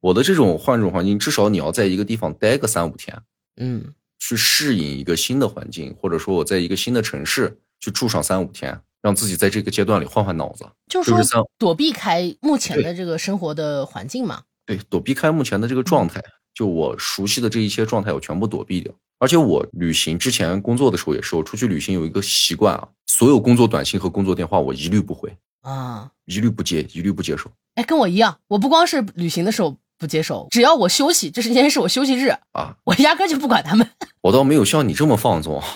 Speaker 2: 我的这种换一种环境，至少你要在一个地方待个三五天，
Speaker 1: 嗯。
Speaker 2: 去适应一个新的环境，或者说我在一个新的城市去住上三五天，让自己在这个阶段里换换脑子。
Speaker 1: 就是
Speaker 2: 就
Speaker 1: 说
Speaker 2: 是像
Speaker 1: 躲避开目前的这个生活的环境嘛。
Speaker 2: 对，哎躲避开目前的这个状态，就我熟悉的这一些状态，我全部躲避掉。而且我旅行之前工作的时候也是，我出去旅行有一个习惯啊，所有工作短信和工作电话我一律不回，
Speaker 1: 啊，
Speaker 2: 一律不接，一律不接受
Speaker 1: 哎，跟我一样，我不光是旅行的时候不接受，只要我休息，这是今天是我休息日，
Speaker 2: 啊。
Speaker 1: 我压根就不管他们。
Speaker 2: 我倒没有像你这么放纵，啊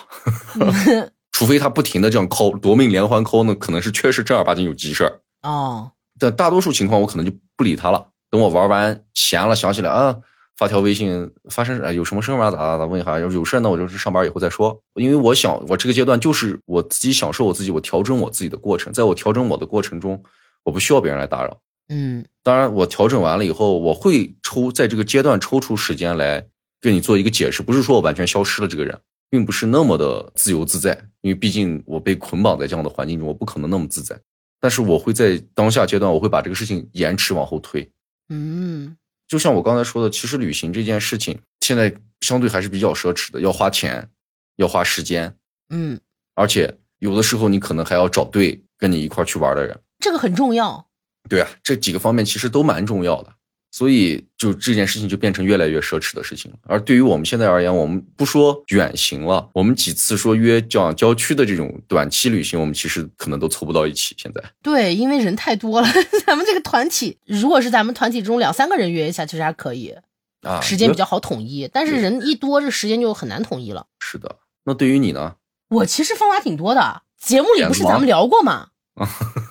Speaker 2: 除非他不停的这样 call 夺命连环 call 呢，可能是确实正儿八经有急事儿。
Speaker 1: 哦，
Speaker 2: 但大多数情况我可能就不理他了。等我玩完闲了，想起来啊，发条微信，发生啊有什么事儿吗？咋咋咋？问一下，要是有事儿呢，我就是上班以后再说。因为我想，我这个阶段就是我自己享受我自己，我调整我自己的过程，在我调整我的过程中，我不需要别人来打扰。
Speaker 1: 嗯
Speaker 2: 当然，我调整完了以后，我会抽在这个阶段抽出时间来跟你做一个解释，不是说我完全消失了这个人，并不是那么的自由自在，因为毕竟我被捆绑在这样的环境中，我不可能那么自在。但是我会在当下阶段，我会把这个事情延迟往后推。
Speaker 1: 嗯
Speaker 2: 就像我刚才说的，其实旅行这件事情现在相对还是比较奢侈的，要花钱，要花时间，
Speaker 1: 嗯，
Speaker 2: 而且有的时候你可能还要找对跟你一块儿去玩的人。
Speaker 1: 这个很重要。
Speaker 2: 对啊，这几个方面其实都蛮重要的，所以就这件事情就变成越来越奢侈的事情了。而对于我们现在而言，我们不说远行了，我们几次说约讲郊区的这种短期旅行，我们其实可能都凑不到一起。现在
Speaker 1: 对，因为人太多了， [LAUGHS] 咱们这个团体，如果是咱们团体中两三个人约一下，其实还可以，
Speaker 2: 啊，
Speaker 1: 时间比
Speaker 2: 较
Speaker 1: 较好统一。但是
Speaker 2: 对
Speaker 1: 人一多，这时间就很难统一了。
Speaker 2: 是的。那对于你呢？
Speaker 1: 我其实方法挺多的，节目里不是咱们聊过
Speaker 2: [LAUGHS]
Speaker 1: 吗？
Speaker 2: 啊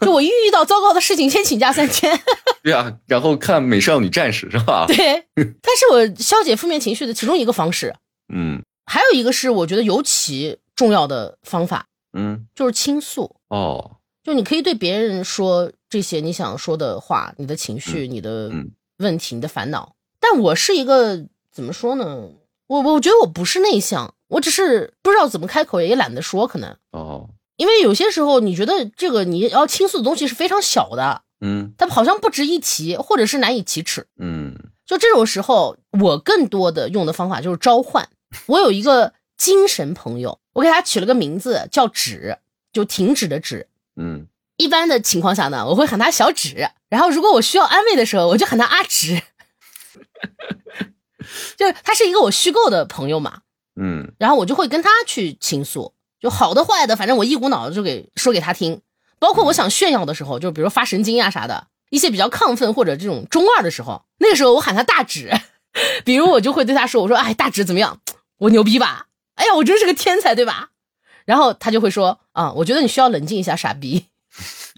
Speaker 1: 就我一遇到糟糕的事情，先请假三天。 [LAUGHS]
Speaker 2: 对啊，然后看《美少女战士》是吧？ [LAUGHS]
Speaker 1: 对，它是我消解负面情绪的其中一个方式，
Speaker 2: 嗯
Speaker 1: 还有一个是我觉得尤其重要的方法，
Speaker 2: 嗯
Speaker 1: 就是倾诉。
Speaker 2: 哦
Speaker 1: 就你可以对别人说这些你想说的话，你的情绪、你的
Speaker 2: 嗯
Speaker 1: 问题、你的烦恼。但我是一个怎么说呢？我我觉得我不是内向，我只是不知道怎么开口，也懒得说，可能
Speaker 2: 哦
Speaker 1: 因为有些时候你觉得这个你要倾诉的东西是非常小的，
Speaker 2: 嗯
Speaker 1: 但好像不值一提，或者是难以启齿。
Speaker 2: 嗯
Speaker 1: 就这种时候，我更多的用的方法就是召唤。我有一个精神朋友，我给他取了个名字叫止，就停止的止。
Speaker 2: 嗯
Speaker 1: 一般的情况下呢，我会喊他小指，然后如果我需要安慰的时候，我就喊他阿直。 [LAUGHS] 就是他是一个我虚构的朋友嘛，
Speaker 2: 嗯
Speaker 1: 然后我就会跟他去倾诉，就好的坏的，反正我一股脑的就给说给他听。包括我想炫耀的时候，就比如发神经呀、啥的，一些比较亢奋或者这种中二的时候，那个时候我喊他大指， [LAUGHS] 比如我就会对他说：“我说哎，大指怎么样？我牛逼吧？哎呀，我真是个天才，对吧？”然后他就会说：“啊，我觉得你需要冷静一下，傻逼。” [LAUGHS]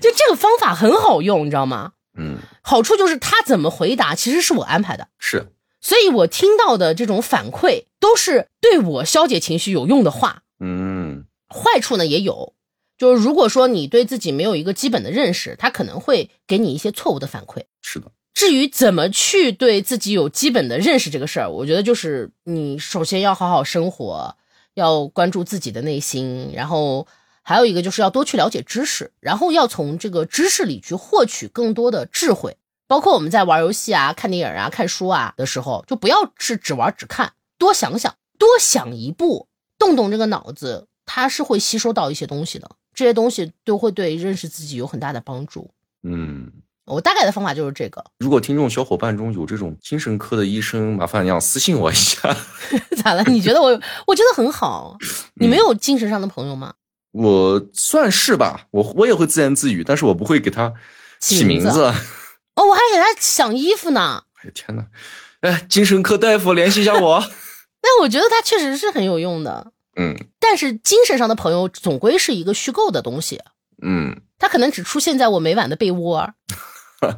Speaker 1: 就这个方法很好用，你知道吗？
Speaker 2: 嗯，
Speaker 1: 好处就是他怎么回答，其实是我安排的。
Speaker 2: 是
Speaker 1: 所以我听到的这种反馈都是对我消解情绪有用的话，
Speaker 2: 嗯
Speaker 1: 坏处呢也有。就是如果说你对自己没有一个基本的认识，他可能会给你一些错误的反馈。
Speaker 2: 是的，
Speaker 1: 至于怎么去对自己有基本的认识这个事儿，我觉得就是你首先要好好生活，要关注自己的内心，然后还有一个就是要多去了解知识，然后要从这个知识里去获取更多的智慧。包括我们在玩游戏啊、看电影啊、看书啊的时候，就不要是只玩只看，多想想，多想一步，动动这个脑子，它是会吸收到一些东西的。这些东西都会对认识自己有很大的帮助。
Speaker 2: 嗯。
Speaker 1: 我大概的方法就是这个，
Speaker 2: 如果听众小伙伴中有这种精神科的医生，麻烦让私信我一下。 [LAUGHS]
Speaker 1: [LAUGHS] 咋了？你觉得我？我觉得很好。你
Speaker 2: 嗯
Speaker 1: 没有精神上的朋友吗？
Speaker 2: 我算是吧，我我也会自言自语，但是我不会给他起
Speaker 1: 起名
Speaker 2: 名
Speaker 1: 字
Speaker 2: 字。
Speaker 1: 哦，我还给他想衣服呢。
Speaker 2: [LAUGHS] 哎天哪！哎，精神科大夫联系一
Speaker 1: [LAUGHS]
Speaker 2: 下我。
Speaker 1: 但我觉得他确实是很有用的。
Speaker 2: 嗯
Speaker 1: 但是精神上的朋友总归是一个虚构的东西，
Speaker 2: 嗯，
Speaker 1: 它可能只出现在我每晚的被窝
Speaker 2: [LAUGHS]
Speaker 1: 儿，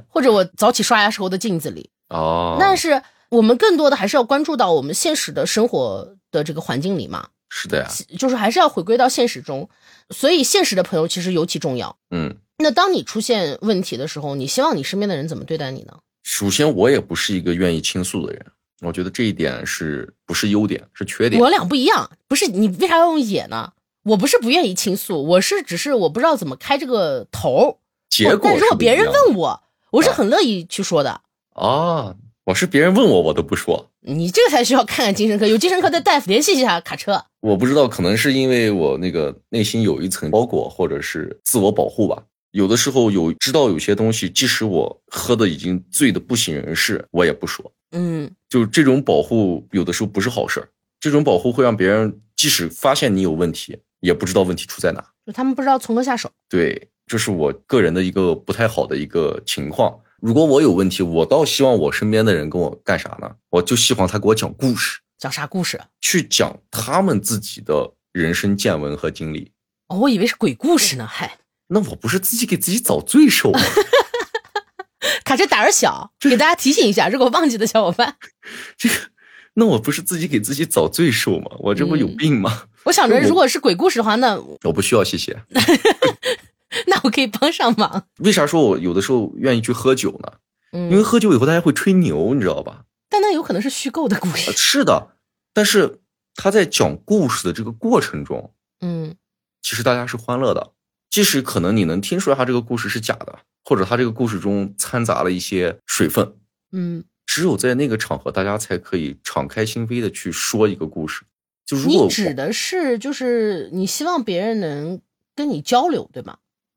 Speaker 1: 或者我早起刷牙时候的镜子里。
Speaker 2: 哦，
Speaker 1: 但是我们更多的还是要关注到我们现实的生活的这个环境里嘛，
Speaker 2: 是的呀，
Speaker 1: 就是还是要回归到现实中。所以现实的朋友其实尤其重要。
Speaker 2: 嗯。
Speaker 1: 那当你出现问题的时候，你希望你身边的人怎么对待你呢？
Speaker 2: 首先，我也不是一个愿意倾诉的人，我觉得这一点是不是优点，是缺点
Speaker 1: 我。俩不一样，不是你为啥要用也呢？我不是不愿意倾诉，我是只是我不知道怎么开这个头。
Speaker 2: 结果
Speaker 1: 但
Speaker 2: 是
Speaker 1: 如果
Speaker 2: 不一样
Speaker 1: 别人
Speaker 2: 的
Speaker 1: 问我，我是很乐意去说的。
Speaker 2: 哦，我是别人问我，我都不说。
Speaker 1: 你这个才需要看看精神科，有精神科的大夫联系一下卡车。
Speaker 2: 我不知道，可能是因为我那个内心有一层包裹，或者是自我保护吧。有的时候有知道有些东西，即使我喝的已经醉的不省人事，我也不说。
Speaker 1: 嗯，
Speaker 2: 就这种保护，有的时候不是好事儿。这种保护会让别人即使发现你有问题，也不知道问题出在哪。
Speaker 1: 就他们不知道从何下手。
Speaker 2: 对，这是我个人的一个不太好的一个情况。如果我有问题，我倒希望我身边的人跟我干啥呢？我就希望他给我讲故事，
Speaker 1: 讲啥故事？
Speaker 2: 去讲他们自己的人生见闻和经历。
Speaker 1: 哦，我以为是鬼故事呢，还
Speaker 2: 那我不是自己给自己找罪受吗？
Speaker 1: 卡车胆儿小，给大家提醒一下，如果忘记的小伙伴，
Speaker 2: [LAUGHS] 这个， [LAUGHS] 那我不是自己给自己找罪受吗？我这不
Speaker 1: 嗯
Speaker 2: 有病吗？
Speaker 1: 我想着
Speaker 2: 我
Speaker 1: 如果是鬼故事的话，那
Speaker 2: 我不需要，谢谢。
Speaker 1: 那我可以帮上忙。
Speaker 2: 为啥说我有的时候愿意去喝酒呢？因为
Speaker 1: 嗯，
Speaker 2: 喝酒以后大家会吹牛，你知道吧？
Speaker 1: 但那有可能是虚构的故
Speaker 2: 呃
Speaker 1: 事。
Speaker 2: 是的，但是他在讲故事的这个过程中，
Speaker 1: 嗯
Speaker 2: 其实大家是欢乐的，即使可能你能听出来他这个故事是假的，或者他这个故事中掺杂了一些水分，
Speaker 1: 嗯，
Speaker 2: 只有在那个场合，大家才可以敞开心扉的去说一个故事。就如
Speaker 1: 你
Speaker 2: 果
Speaker 1: 指的是就是你希望别人能跟你交流，对吗？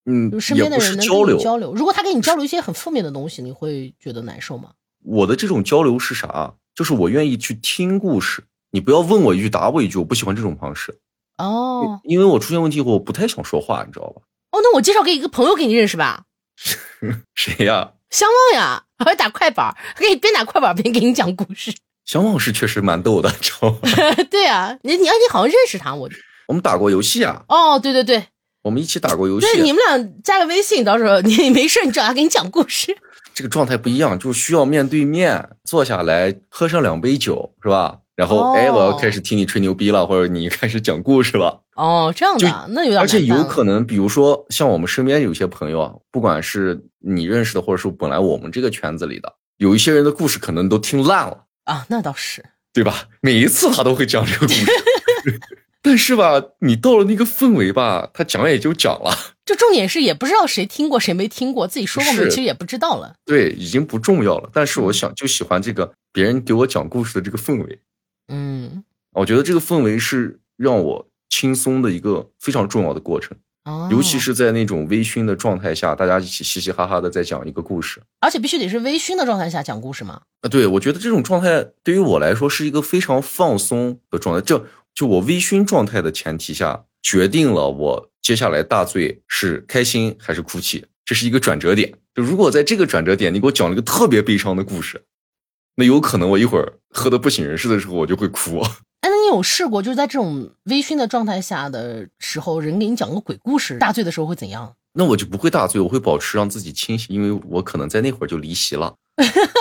Speaker 2: 嗯
Speaker 1: 就，身
Speaker 2: 也
Speaker 1: 边的
Speaker 2: 不
Speaker 1: 人
Speaker 2: 是
Speaker 1: 能
Speaker 2: 交
Speaker 1: 跟
Speaker 2: 流
Speaker 1: 你，交流，如果他跟你交流一些很负面的东西，你会觉得难受吗？
Speaker 2: 我的这种交流是啥？啊就是我愿意去听故事，你不要问我一句答我一句，我不喜欢这种方式，
Speaker 1: 哦
Speaker 2: 因为我出现问题以后，我不太想说话，你知道吧？ [LAUGHS]
Speaker 1: 哦，那我介绍给一个朋友给你认识吧，
Speaker 2: 谁呀、
Speaker 1: 相忘呀，还会打快板儿，他可以边打快板儿边给你讲故事。 [LAUGHS]
Speaker 2: 小往事确实蛮逗的， [LAUGHS] 知道吗？
Speaker 1: 对啊，你你而且好像认识他，我
Speaker 2: 我们打过游戏啊，
Speaker 1: 哦，对对对，
Speaker 2: 我们一起打过游戏。
Speaker 1: 对，你们俩加个微信，到时候你没事，你找他给你讲故事。
Speaker 2: 这个状态不一样，就是需要面对面坐下来喝上两杯酒，是吧？然后，
Speaker 1: 哦
Speaker 2: 哎，我要开始听你吹牛逼了，或者你开始讲故事了。
Speaker 1: 哦，这样的啊，那有点
Speaker 2: 而且
Speaker 1: 麻烦
Speaker 2: 有
Speaker 1: 了
Speaker 2: 可能，比如说像我们身边有些朋友啊，不管是你认识的，或者说本来我们这个圈子里的，有一些人的故事可能都听烂了，
Speaker 1: 啊，那倒是，
Speaker 2: 对吧？每一次他都会讲这个故事， [LAUGHS] 但是吧，你到了那个氛围吧，他讲也就讲了，
Speaker 1: 就重点是也不知道谁听过谁没听过，自己说过没有，
Speaker 2: 是
Speaker 1: 其实也不知道了。
Speaker 2: 对，已经不重要了。但是我想就喜欢这个别人给我讲故事的这个氛围。
Speaker 1: 嗯，
Speaker 2: 我觉得这个氛围是让我轻松的一个非常重要的过程，
Speaker 1: 哦，
Speaker 2: 尤其是在那种微醺的状态下，大家一起嘻嘻哈哈的在讲一个故事。
Speaker 1: 而且必须得是微醺的状态下讲故事嘛。
Speaker 2: 啊，对，我觉得这种状态对于我来说是一个非常放松的状态。就就我微醺状态的前提下，决定了我接下来大醉是开心还是哭泣，这是一个转折点。就如果在这个转折点，你给我讲了一个特别悲伤的故事，那有可能我一会儿喝的不省人事的时候，我就会哭。啊
Speaker 1: 哎，那你有试过就是在这种微醺的状态下的时候，人给你讲个鬼故事，大醉的时候会怎样？
Speaker 2: [LAUGHS] 那我就不会大醉，我会保持让自己清醒，因为我可能在那会儿就离席了。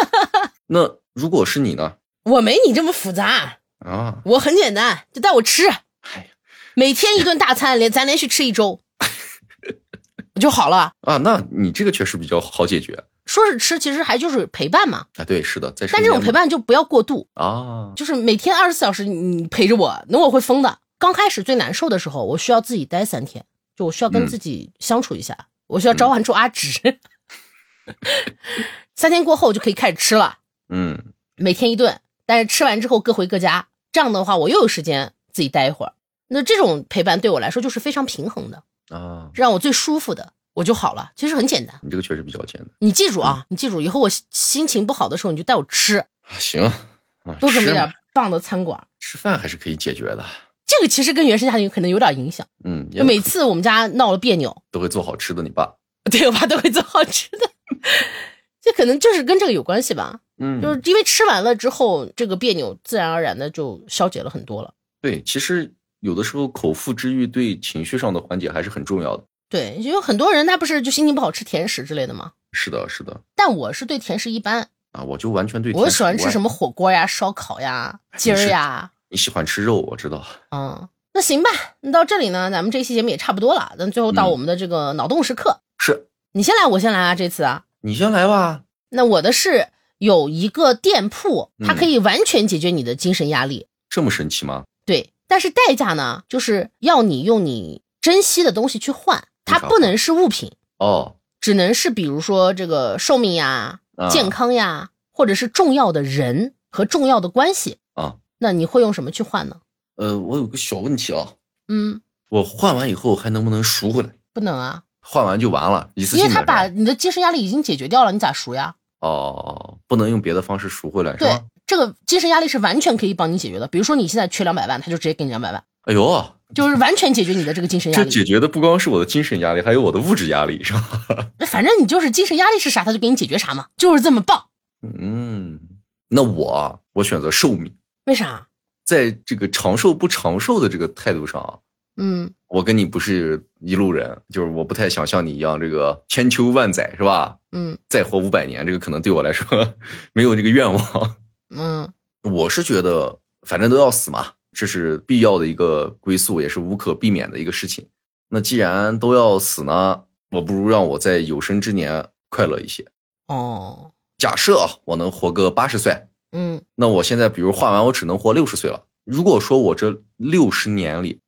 Speaker 2: [LAUGHS] 那如果是你呢？
Speaker 1: 我没你这么复杂，
Speaker 2: 啊，
Speaker 1: 我很简单，就带我吃，
Speaker 2: 哎呀
Speaker 1: 每天一顿大餐，连咱连续吃一
Speaker 2: [LAUGHS]
Speaker 1: 周就好了。
Speaker 2: 啊，那你这个确实比较好解决
Speaker 1: 说是吃，其实还就是陪伴嘛。
Speaker 2: 啊。对，是的，在身
Speaker 1: 但这种
Speaker 2: 边
Speaker 1: 陪伴就不要过度，
Speaker 2: 嘛啊，
Speaker 1: 就是每天二十四小时你陪着我，那我会疯的。刚开始最难受的时候，我需要自己待三天，就我需要跟
Speaker 2: 嗯
Speaker 1: 自己相处一下，我需要召唤出阿直。三天过后我就可以开始吃了，
Speaker 2: 嗯，
Speaker 1: 每天一顿，但是吃完之后各回各家。这样的话，我又有时间自己待一会儿。那这种陪伴对我来说就是非常平衡的，
Speaker 2: 啊，
Speaker 1: 让我最舒服的，我就好了。其实很简单，
Speaker 2: 你这个确实比较简单
Speaker 1: 你记住啊，你记住，以后我心心情不好的时候，你就带我吃，
Speaker 2: 啊。行啊，
Speaker 1: 多准备
Speaker 2: 吃
Speaker 1: 点
Speaker 2: 嘛
Speaker 1: 棒的餐馆。
Speaker 2: 吃饭还是可以解决的。
Speaker 1: 这个其实跟原生家庭可能有点影响。
Speaker 2: 嗯，也
Speaker 1: 就每次我们家闹了别扭， [LAUGHS]
Speaker 2: 都会做好吃的，你爸。
Speaker 1: 对我爸都会做好吃的， [LAUGHS] 这可能就是跟这个有关系吧。
Speaker 2: 嗯，
Speaker 1: 就是因为吃完了之后，这个别扭自然而然的就消解了很多了。
Speaker 2: 对，其实有的时候口腹之欲对情绪上的缓解还是很重要的。
Speaker 1: 对，因为很多人他不是就心情不好吃甜食之类的嘛。
Speaker 2: 是的，是的
Speaker 1: 但我是对甜食一般，
Speaker 2: 啊，我就完全对。
Speaker 1: 我喜欢吃什
Speaker 2: 么？
Speaker 1: 么火锅呀、烧烤呀、
Speaker 2: 哎
Speaker 1: 鸡儿呀，
Speaker 2: 你喜欢吃肉，我知道。
Speaker 1: 嗯。那行吧，那到这里呢，咱们这期节目也差不多了。那最后到
Speaker 2: 嗯
Speaker 1: 我们的这个脑洞时刻，
Speaker 2: 是
Speaker 1: 你先来，我先来啊，这次啊。
Speaker 2: 你先来吧。
Speaker 1: 那我的是有一个店铺，它
Speaker 2: 嗯
Speaker 1: 可以完全解决你的精神压力，
Speaker 2: 这么神奇吗？
Speaker 1: 对。但是代价呢，就是要你用你珍惜的东西去换，它
Speaker 2: 啥
Speaker 1: 不能是物品，
Speaker 2: 哦，
Speaker 1: 只能是比如说这个寿命呀、
Speaker 2: 啊、
Speaker 1: 健康呀，或者是重要的人和重要的关系
Speaker 2: 啊。
Speaker 1: 那你会用什么去换呢？
Speaker 2: 呃，我有个小问题啊，
Speaker 1: 嗯，
Speaker 2: 我换完以后还能不能赎回来？
Speaker 1: 不能啊，
Speaker 2: 换完就完了，一次
Speaker 1: 因为
Speaker 2: 性
Speaker 1: 他
Speaker 2: 买
Speaker 1: 把
Speaker 2: 单。
Speaker 1: 你的精神压力已经解决掉了，你咋赎呀？
Speaker 2: 哦，不能用别的方式赎回来，是
Speaker 1: 对
Speaker 2: 吧？，
Speaker 1: 这个精神压力是完全可以帮你解决的。比如说你现在缺两百万，他就直接给你两百万，
Speaker 2: 哎呦，
Speaker 1: 就是完全解决你的这个精神压
Speaker 2: 这
Speaker 1: 力。
Speaker 2: 解决的不光是我的精神压力，还有我的物质压力，是吧？ [LAUGHS]
Speaker 1: 那反正你就是精神压力是啥，他就给你解决啥嘛，就是这么棒。
Speaker 2: 嗯，那我啊我选择寿命，
Speaker 1: 为啥？
Speaker 2: 在这个长寿不长寿的这个态度上啊，
Speaker 1: 嗯，
Speaker 2: 我跟你不是一路人，就是我不太想像你一样这个千秋万载是吧？
Speaker 1: 嗯
Speaker 2: 再活五百年，这个可能对我来说 [LAUGHS] 没有这个愿望。
Speaker 1: 嗯
Speaker 2: 我是觉得反正都要死嘛，这是必要的一个归宿，也是无可避免的一个事情。那既然都要死呢，我不如让我在有生之年快乐一些。
Speaker 1: 哦
Speaker 2: 假设啊我能活个八十岁，
Speaker 1: 嗯
Speaker 2: 那我现在比如画完，我只能活六十岁了。如果说我这六十年里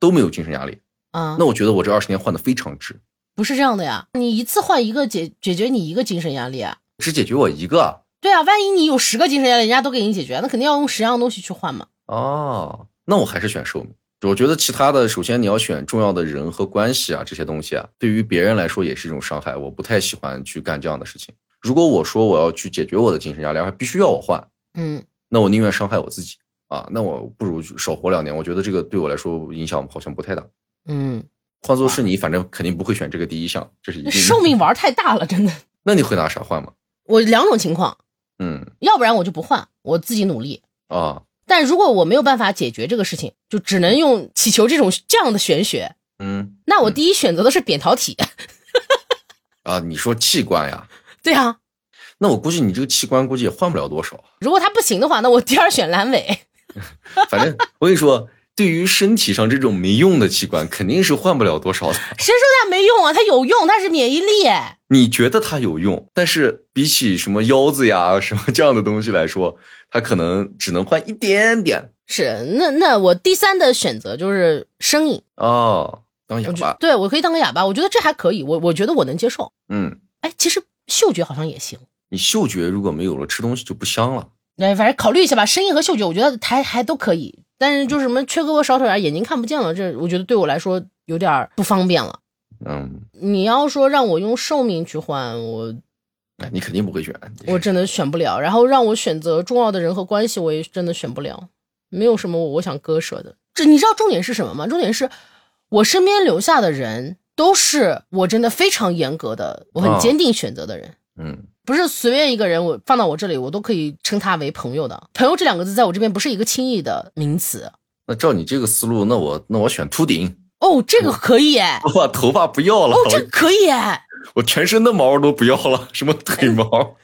Speaker 2: 都没有精神压力，
Speaker 1: 啊，
Speaker 2: 那我觉得我这二十年换的非常值，
Speaker 1: 不是这样的呀，你一次换一个解解决你一个精神压力啊。
Speaker 2: 只解决我一个啊
Speaker 1: 对啊，万一你有十个精神压力，人家都给你解决，那肯定要用十样东西去换嘛。
Speaker 2: 哦，那我还是选寿命。我觉得其他的，首先你要选重要的人和关系啊，这些东西啊，对于别人来说也是一种伤害。我不太喜欢去干这样的事情。如果我说我要去解决我的精神压力，还必须要我换，
Speaker 1: 嗯
Speaker 2: 那我宁愿伤害我自己啊，那我不如少活两年。我觉得这个对我来说影响好像不太大。
Speaker 1: 嗯，
Speaker 2: 换做是你，反正肯定不会选这个第一项，这是一定的。
Speaker 1: 寿命玩太大了，真的。
Speaker 2: 那你会拿啥换吗？
Speaker 1: 我两种情况，
Speaker 2: 嗯
Speaker 1: 要不然我就不换，我自己努力。
Speaker 2: 啊，
Speaker 1: 但如果我没有办法解决这个事情，就只能用祈求这种这样的玄学。
Speaker 2: 嗯
Speaker 1: 那我第一选择的是扁桃体， [LAUGHS]
Speaker 2: 啊，你说器官呀？
Speaker 1: 对啊，
Speaker 2: 那我估计你这个器官估计也换不了多少。
Speaker 1: 如果它不行的话，那我第二选阑 [LAUGHS] 尾。
Speaker 2: 反正我跟你说，对于身体上这种没用的器官，肯定是换不了多少的。
Speaker 1: 谁说它没用啊？它有用，它是免疫力。
Speaker 2: 你觉得它有用，但是比起什么腰子呀、什么这样的东西来说，它可能只能换一点点
Speaker 1: 是，那那我第三的选择就是生饮，
Speaker 2: 哦，当哑
Speaker 1: 我觉
Speaker 2: 巴。
Speaker 1: 对我可以当个哑巴，我觉得这还可以，我我觉得我能接受。
Speaker 2: 嗯，
Speaker 1: 哎，其实嗅觉好像也行。
Speaker 2: 你嗅觉如果没有了，吃东西就不香了。
Speaker 1: 哎，反正考虑一下吧，声音和嗅觉，我觉得还还都可以，但是就是什么缺胳膊少腿啊，眼睛看不见了，这我觉得对我来说有点儿不方便了。
Speaker 2: 嗯，
Speaker 1: 你要说让我用寿命去换，我
Speaker 2: 哎你肯定不会选。
Speaker 1: 我真的选不了。然后让我选择重要的人和关系，我也真的选不了，没有什么我想割舍的。这你知道重点是什么吗？重点是我身边留下的人都是我真的非常严格的，我很
Speaker 2: 啊
Speaker 1: 坚定选择的人。
Speaker 2: 嗯
Speaker 1: 不是随便一个人，我放到我这里，我都可以称他为朋友的。朋友这两个字，在我这边不是一个轻易的名词。
Speaker 2: 那照你这个思路，那我那我选秃顶，
Speaker 1: 哦，这个可以哎，
Speaker 2: 我把头发不要了，
Speaker 1: 哦，这个可以哎，
Speaker 2: 我我全身的毛都不要了，什么腿 [LAUGHS] 毛，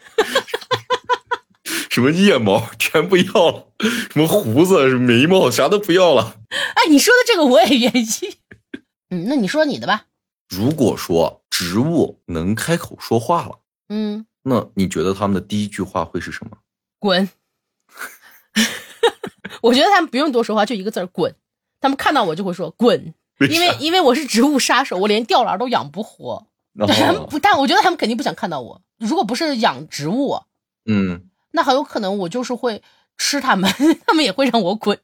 Speaker 2: 什么腋毛全不要了，什么胡子、什么眉毛啥都不要了。
Speaker 1: 哎，你说的这个我也愿意。 [LAUGHS] 嗯，那你说你的吧。
Speaker 2: 如果说植物能开口说话了，
Speaker 1: 嗯，
Speaker 2: 那你觉得它们的第一句话会是什么？
Speaker 1: 滚。 [LAUGHS] 我觉得他们不用多说话，就一个字儿滚。他们看到我就会说滚，因为因为我是植物杀手，我连吊篮都养不活。
Speaker 2: 然
Speaker 1: 他们
Speaker 2: 后
Speaker 1: 不，但我觉得他们肯定不想看到我。如果不是养植物，
Speaker 2: 嗯，
Speaker 1: 那很有可能我就是会吃它们， [LAUGHS] 它们也会让我滚。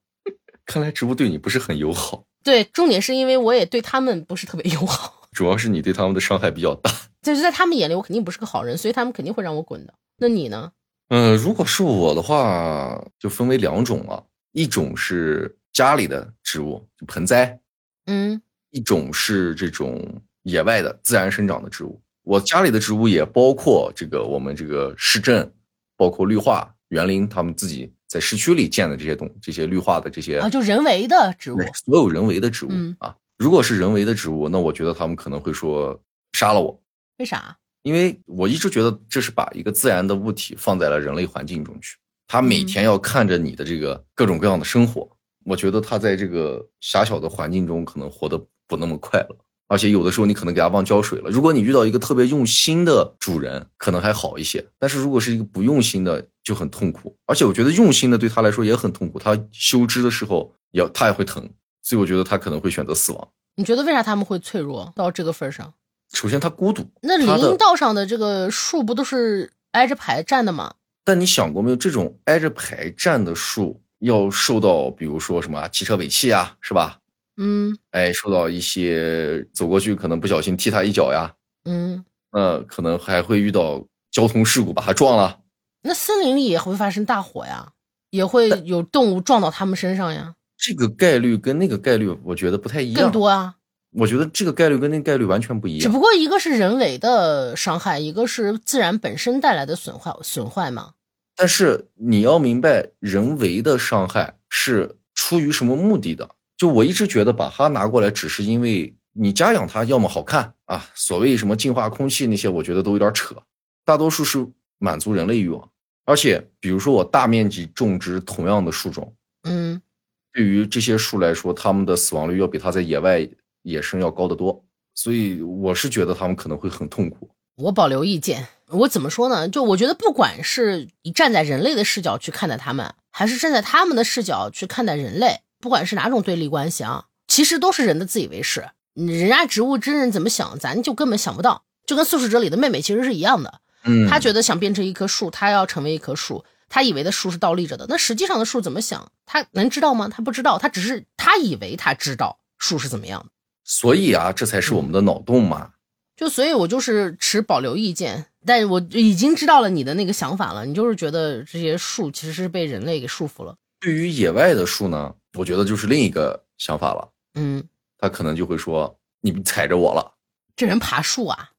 Speaker 2: 看来植物对你不是很友好，
Speaker 1: 对，重点是因为我也对它们不是特别友好， [LAUGHS]
Speaker 2: 主要是你对它们的伤害比较大。
Speaker 1: 就是在他们眼里我肯定不是个好人，所以他们肯定会让我滚的。那你呢？
Speaker 2: 嗯，如果是我的话，就分为两种了，一种是家里的植物，就盆栽，
Speaker 1: 嗯
Speaker 2: 一种是这种野外的自然生长的植物。我家里的植物也包括这个我们这个市政，包括绿化园林，他们自己在市区里建的这些东这些绿化的这些
Speaker 1: 啊，就人为的植物
Speaker 2: 对所有人为的植物
Speaker 1: 嗯
Speaker 2: 啊。如果是人为的植物，那我觉得他们可能会说杀了我，
Speaker 1: 为啥？
Speaker 2: 因为我一直觉得这是把一个自然的物体放在了人类环境中去，他每
Speaker 1: 嗯
Speaker 2: 天要看着你的这个各种各样的生活，我觉得他在这个狭小的环境中可能活得不那么快乐，而且有的时候你可能给他忘浇水了。如果你遇到一个特别用心的主人，可能还好一些，但是如果是一个不用心的，就很痛苦。而且我觉得用心的对他来说也很痛苦，他修枝的时候也他也会疼，所以我觉得他可能会选择死亡。
Speaker 1: 你觉得为啥他们会脆弱到这个份儿上？
Speaker 2: 首先，他孤独，
Speaker 1: 那
Speaker 2: 他
Speaker 1: 林
Speaker 2: 的
Speaker 1: 荫道上的这个树不都是挨着排站的吗？
Speaker 2: 但你想过没有，这种挨着排站的树，要受到比如说什么汽车尾气啊，是吧？
Speaker 1: 嗯
Speaker 2: 哎，受到一些走过去可能不小心踢他一脚呀，
Speaker 1: 嗯，
Speaker 2: 那可能还会遇到交通事故把他撞了。
Speaker 1: 那森林里也会发生大火呀，也会有动物撞到他们身上呀，
Speaker 2: 这个概率跟那个概率，我觉得不太一样。
Speaker 1: 更多啊。
Speaker 2: 我觉得这个概率跟那个概率完全不一
Speaker 1: 只
Speaker 2: 样。
Speaker 1: 不过一个是人为的伤害，一个是自然本身带来的损坏损坏嘛。
Speaker 2: 但是你要明白，人为的伤害是出于什么目的的？就我一直觉得把它拿过来，只是因为你家养它，要么好看啊，所谓什么净化空气那些，我觉得都有点扯，大多数是满足人类欲望。而且，比如说我大面积种植同样的树种，
Speaker 1: 嗯
Speaker 2: 对于这些树来说，它们的死亡率要比它在野外野生要高得多，所以我是觉得它们可能会很痛苦。
Speaker 1: 我保留意见。我怎么说呢？就我觉得，不管是你站在人类的视角去看待他们，还是站在他们的视角去看待人类，不管是哪种对立关系啊，其实都是人的自以为是。嗯人家植物真人怎么想，咱就根本想不到。就跟《素食者》里的妹妹其实是一样的，
Speaker 2: 嗯
Speaker 1: 她觉得想变成一棵树，她要成为一棵树，她以为的树是倒立着的，那实际上的树怎么想，她能知道吗？她不知道，她只是她以为她知道树是怎么样的。
Speaker 2: 所以啊，这才是我们的脑洞嘛。
Speaker 1: 就所以，我就是持保留意见，但我已经知道了你的那个想法了。你就是觉得这些树其实是被人类给束缚了。
Speaker 2: 对于野外的树呢，我觉得就是另一个想法了，
Speaker 1: 嗯，
Speaker 2: 它可能就会说你踩着我了，
Speaker 1: 这人爬树啊，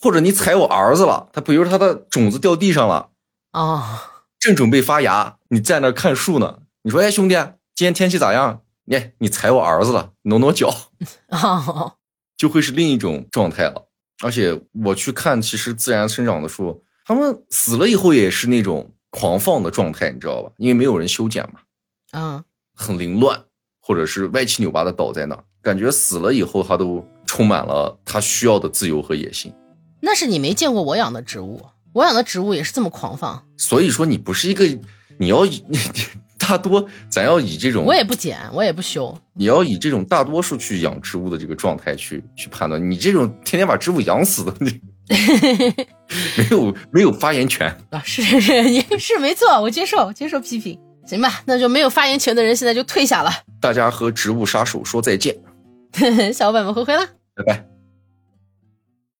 Speaker 2: 或者你踩我儿子了，他比如他的种子掉地上了，
Speaker 1: 哦，
Speaker 2: 正准备发芽，你在那儿看树呢，你说哎兄弟，今天天气咋样？哎，你踩我儿子了，挪挪脚。
Speaker 1: 哦，
Speaker 2: 就会是另一种状态了。而且我去看，其实自然生长的树，它们死了以后也是那种狂放的状态，你知道吧？因为没有人修剪嘛，
Speaker 1: 嗯，
Speaker 2: 很凌乱，或者是歪七扭八的倒在那儿，感觉死了以后它都充满了它需要的自由和野心。
Speaker 1: 那是你没见过我养的植物，我养的植物也是这么狂放，
Speaker 2: 所以说，你不是一个，你要以 [LAUGHS] 大多，咱要以这种，
Speaker 1: 我也不剪，我也不修，
Speaker 2: 你要以这种大多数去养植物的这个状态去去判断，你这种天天把植物养死的，
Speaker 1: [LAUGHS]
Speaker 2: 你没有没有发言权。
Speaker 1: 啊，是是是是没错，我接受接受批评，行吧，那就没有发言权的人现在就退下了， [LAUGHS]
Speaker 2: 大家和植物杀手说再见，
Speaker 1: 小伙伴们回回了。
Speaker 2: 拜拜。